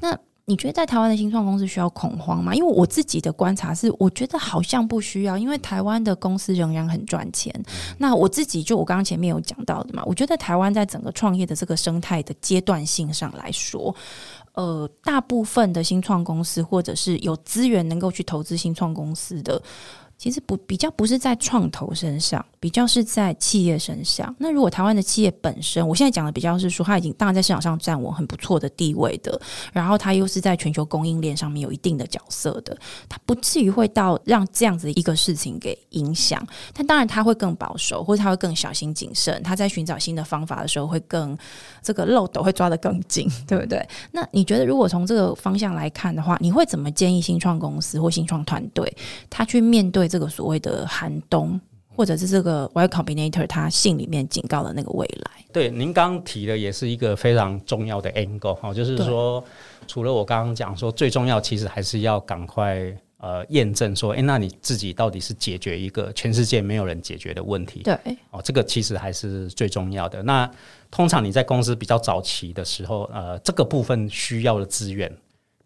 A: 那你觉得在台湾的新创公司需要恐慌吗？因为我自己的观察是，我觉得好像不需要，因为台湾的公司仍然很赚钱，
B: 嗯
A: 那我自己就我刚刚前面有讲到的嘛，我觉得台湾在整个创业的这个生态的阶段性上来说，呃，大部分的新创公司或者是有资源能够去投资新创公司的，其实不比较不是在创投身上，比较是在企业身上。那如果台湾的企业本身，我现在讲的比较是说，它已经当然在市场上占我很不错的地位的，然后它又是在全球供应链上面有一定的角色的，它不至于会到让这样子一个事情给影响。但当然他会更保守，或者他会更小心谨慎。他在寻找新的方法的时候，会更这个漏斗会抓得更紧，对不对？那你觉得，如果从这个方向来看的话，你会怎么建议新创公司或新创团队，他去面对这个所谓的寒冬，或者是这个 Y Combinator 他信里面警告的那个未来？
B: 对，您刚刚提的也是一个非常重要的 angle 哈、就是
A: 对
B: 说，除了我刚刚讲说，最重要其实还是要赶快呃验证说，哎，那你自己到底是解决一个全世界没有人解决的问题
A: 对，
B: 哦，这个其实还是最重要的。那通常你在公司比较早期的时候，呃，这个部分需要的资源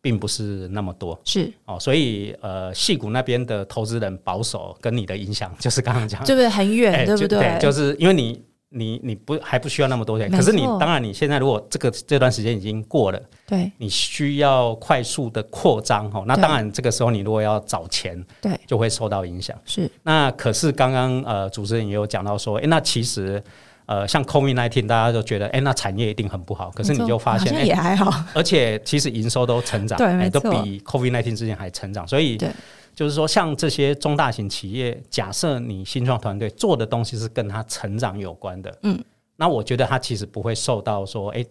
B: 并不是那么多
A: 是，
B: 哦，所以呃，戏谷那边的投资人保守跟你的影响， 就是刚刚讲
A: 对不对？很远，
B: 哎，
A: 对不
B: 就
A: 对？
B: 就是因为你你你不还不需要那么多钱，
A: 没
B: 可是你
A: 错
B: 当然你现在如果这个这段时间已经过了，
A: 对
B: 你需要快速的扩张哦，那
A: 对
B: 当然这个时候你如果要找钱，
A: 对
B: 就会受到影响。
A: 是，
B: 那可是刚刚呃主持人也有讲到说，哎、那其实。呃，像 COVID nineteen，大家都觉得，哎、那产业一定很不好。可是
A: 没
B: 你
A: 错
B: 就发现，
A: 好
B: 哎、
A: 像也还好，
B: 而且其实营收都成长，
A: 对
B: 哎
A: 没
B: 都
A: 错
B: 比 COVID nineteen 之前还成长。所以
A: 对
B: 就是说，像这些中大型企业，假设你新创团队做的东西是跟它成长有关的，
A: 嗯，
B: 那我觉得它其实不会受到说，哎、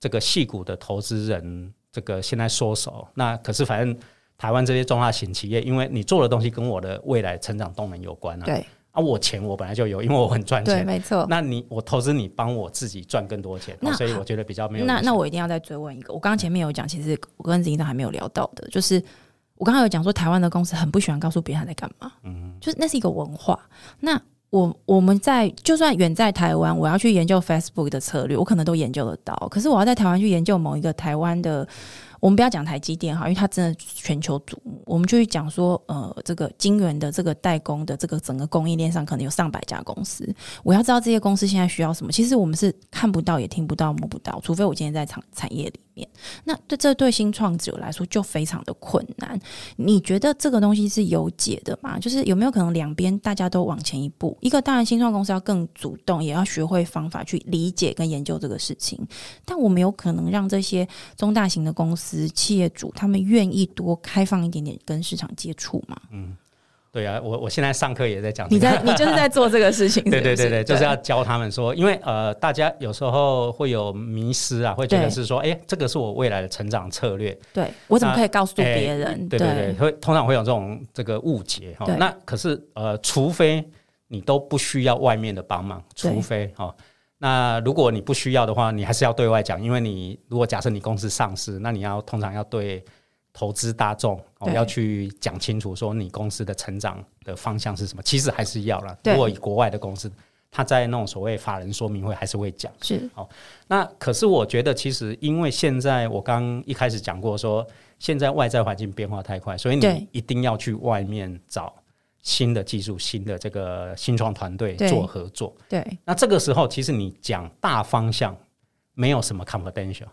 B: 这个细股的投资人这个现在缩手，那可是反正台湾这些中大型企业，因为你做的东西跟我的未来成长动能有关啊，
A: 对
B: 啊，我钱我本来就有，因为我很赚
A: 对，
B: 钱。
A: 没错。
B: 那你我投资你帮我自己赚更多钱，哦
A: 那
B: 所以我觉得比较没有
A: 那
B: 影响
A: 那我一定要再追问一个，我刚刚前面有讲，其实我跟子英都还没有聊到的，就是我刚刚有讲说，台湾的公司很不喜欢告诉别人他在干嘛，嗯，就是那是一个文化。那我我们在就算远在台湾，我要去研究 Facebook 的策略，我可能都研究得到。可是我要在台湾去研究某一个台湾的，我们不要讲台积电哈，因为它真的全球瞩目。我们就去讲说，呃，这个晶圆的这个代工的这个整个供应链上，可能有上百家公司。我要知道这些公司现在需要什么。其实我们是看不到、也听不到、摸不到，除非我今天在产产业里面。那对这对新创者来说就非常的困难。你觉得这个东西是有解的吗？就是有没有可能两边大家都往前一步？一个当然，新创公司要更主动，也要学会方法去理解跟研究这个事情。但我们有可能让这些中大型的公司企业主他们愿意多开放一点点跟市场接触吗？
B: 嗯对啊，我我现在上课也在讲这
A: 你
B: 个，
A: 在你就是在做这个事 情，
B: 对
A: 是
B: 对
A: 不
B: 对对，就是要教他们说，因为呃，大家有时候会有迷失啊，会觉得
A: 对
B: 是说，哎，这个是我未来的成长策略，
A: 对我怎么
B: 那
A: 可以告诉
B: 哎
A: 别人？
B: 对对对，会通常会有这种这个误解哈
A: 对。
B: 那可是呃，除非你都不需要外面的帮忙，
A: 对
B: 除非哈。那如果你不需要的话，你还是要对外讲，因为你如果假设你公司上市，那你要通常要对投资大众、哦、
A: 对
B: 要去讲清楚，说你公司的成长的方向是什么。其实还是要啦，
A: 对
B: 如果以国外的公司，他在那种所谓法人说明会还是会讲。
A: 是
B: 那可是我觉得，其实因为现在我刚一开始讲过说，现在外在环境变化太快，所以
A: 对
B: 你一定要去外面找新的技术、新的这个新创团队
A: 对
B: 做合作。
A: 对
B: 那这个时候，其实你讲大方向没有什么 confidential，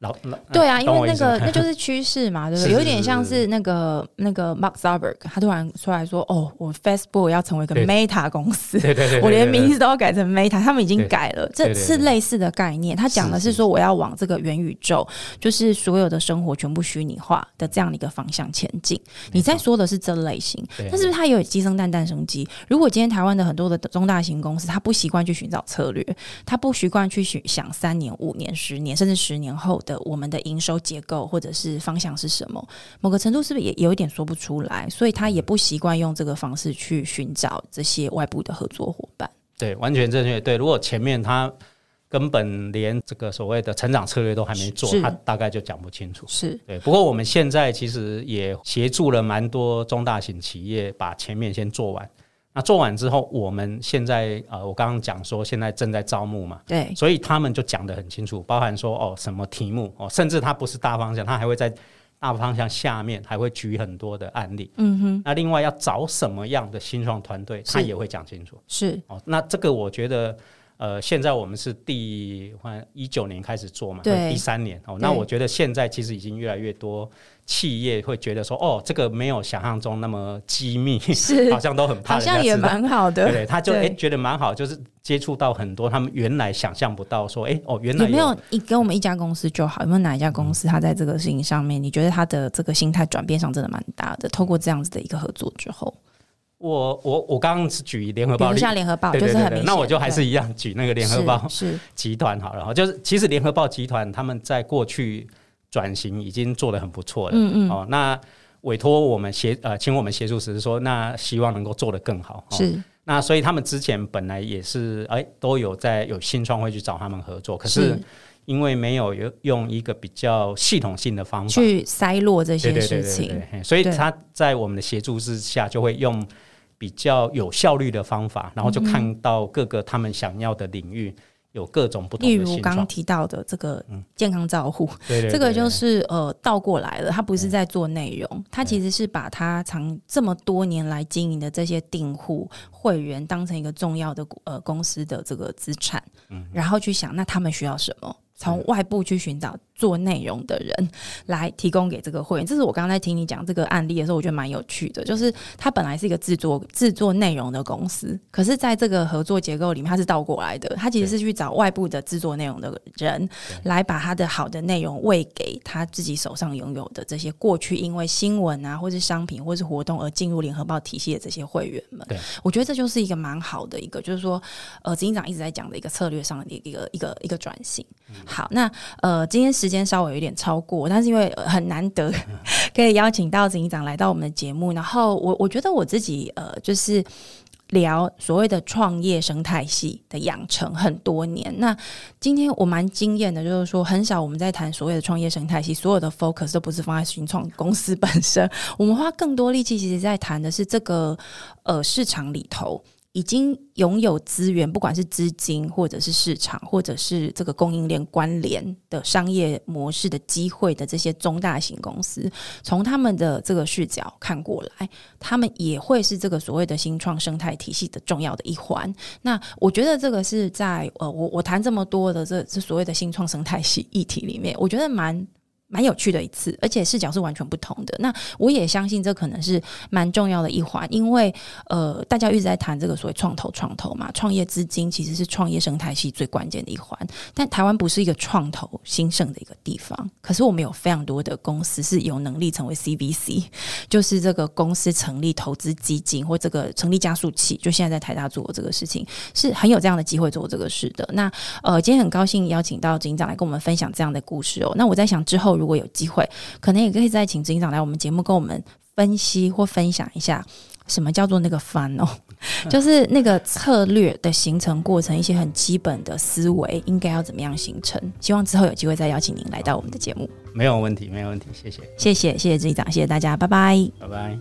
B: 老老哎
A: 对 啊，因
B: 懂我
A: 为那
B: 意思
A: 个那就是趋势嘛，对不对？
B: 是
A: 有点像
B: 是
A: 是那个那个 Mark Zuckerberg，他突然出来说：“哦，我 Facebook 要成为一个
B: 对
A: Meta 公司。”
B: 对对对 对，
A: 我连
B: 对
A: 名字都要改成 Meta，他们已经
B: 对
A: 改了，
B: 对
A: 这
B: 对
A: 是
B: 对
A: 类似的概念。他讲的
B: 是
A: 是
B: 是
A: 说，我要往这个元宇宙，就是所有的生活全部虚拟化的这样的一个方向前进。你在说的是这类型，
B: 对
A: 但是它也有鸡生蛋，蛋生鸡。如果今天台湾的很多的中大型公司，它不习惯去寻找策略，它不习惯去寻想三年、五年、十年，甚至十年后的我们的营收结构或者是方向是什么，某个程度是不是也有一点说不出来？所以他也不习惯用这个方式去寻找这些外部的合作伙伴。
B: 对，完全正确。对，如果前面他根本连这个所谓的成长策略都还没做
A: 是，
B: 他大概就讲不清楚。
A: 是
B: 对，不过我们现在其实也协助了蛮多中大型企业把前面先做完。那做完之后，我们现在呃，我刚刚讲说现在正在招募嘛，
A: 对，
B: 所以他们就讲得很清楚，包含说哦什么题目哦，甚至它不是大方向，它还会在大方向下面还会举很多的案例。
A: 嗯哼，
B: 那另外要找什么样的新创团队，他
A: 是
B: 也会讲清楚。
A: 是
B: 哦，那这个我觉得，呃，现在我们是第一九年开始做嘛，
A: 对
B: 第三年哦。那
A: 对
B: 我觉得现在其实已经越来越多企业会觉得说，哦，这个没有想象中那么机密，
A: 是
B: 好像都很怕
A: 好
B: 人家
A: 像也
B: 知道。
A: 蛮好
B: 对
A: 的。
B: 对，他就哎、
A: 对
B: 觉得蛮好，就是接触到很多他们原来想象不到说，哎哦原来
A: 有没有你给我们一家公司就好？有没有哪一家公司，它在这个事情上面，你觉得它的这个心态转变上真的蛮大的？透过这样子的一个合作之后，
B: 我我我刚刚是举联合
A: 比
B: 报
A: 如
B: 例子，
A: 像联合报，
B: 对
A: 就
B: 对
A: 是很
B: 对
A: 明显。
B: 对，那我就还
A: 对
B: 是一样举那个联合
A: 是
B: 报，
A: 是
B: 集团好了哈，就是其实联合报集团他们在过去转型已经做得很不错了，
A: 嗯嗯
B: 哦，那委托我们协呃，请我们协助时是说，那希望能够做得更好，哦、
A: 是
B: 那所以他们之前本来也是哎都有在有新创会去找他们合作，可是因为没有有用一个比较系统性的方法，
A: 去筛落这
B: 对
A: 些
B: 对对
A: 事
B: 对
A: 情
B: 对，，嘿所以
A: 对
B: 他在我们的协助之下，就会用比较有效率的方法，然后就看到各个他们想要的领域。有各种不同
A: 例
B: 的嗯
A: 如
B: 新
A: 刚
B: 创
A: 刚，提到的这个健康照 护，
B: 对对
A: 这个
B: 对嗯
A: 就
B: 对
A: 是呃倒过来了，它不是在做内容，它其实是把它长这么多年来经营的这些订户会员当成一个重要的呃公司的这个资产，
B: 嗯
A: 然后去想那他们需要什么。从外部去寻找做内容的人来提供给这个会员，这是我刚刚在听你讲这个案例的时候，我觉得蛮有趣的。就是它本来是一个制作制作内容的公司，可是在这个合作结构里面，它是倒过来的，它其实是去找外部的制作内容的人，来把他的好的内容喂给他自己手上拥有的这些过去因为新闻啊，或是商品，或是活动而进入联合报体系的这些会员们。
B: 对，
A: 我觉得这就是一个蛮好的一个，就是说，呃，执行长一直在讲的一个策略上的一个一个一个转型。好，那呃，今天时间稍微有点超过，但是因为、呃很难得可以邀请到执行长来到我们的节目，然后我我觉得我自己呃，就是。聊所谓的创业生态系的养成很多年，那今天我蛮惊艳的，就是说很少我们在谈所谓的创业生态系，所有的 focus 都不是放在新创公司本身， 我们花更多力气，其实在谈的是这个呃市场里头。已经拥有资源，不管是资金，或者是市场，或者是这个供应链关联的商业模式的机会的这些中大型公司，从他们的这个视角看过来，他们也会是这个所谓的新创生态体系的重要的一环。那我觉得这个是在呃，我我谈这么多的这这所谓的新创生态系议题里面，我觉得蛮。蛮有趣的一次，而且视角是完全不同的。那我也相信这可能是蛮重要的一环，因为呃，大家一直在谈这个所谓创投、创投嘛，创业资金其实是创业生态系最关键的一环。但台湾不是一个创投兴盛的一个地方，可是我们有非常多的公司是有能力成为 CVC，就是这个公司成立投资基金或这个成立加速器，就现在在台大做的这个事情。是很有这样的机会做这个事的。那呃，今天很高兴邀请到执行长来跟我们分享这样的故事哦。那我在想之后如果有机会，可能也可以再请执行长来我们节目跟我们分析或分享一下。什么叫做那个翻哦， 就是那个策略的形成过程，一些很基本的思维应该要怎么样形成。希望之后有机会再邀请您来到我们的节目，
B: 没有问题，没有问题，谢谢，
A: 谢谢谢谢执行长，谢谢大家，拜拜。
B: 拜拜。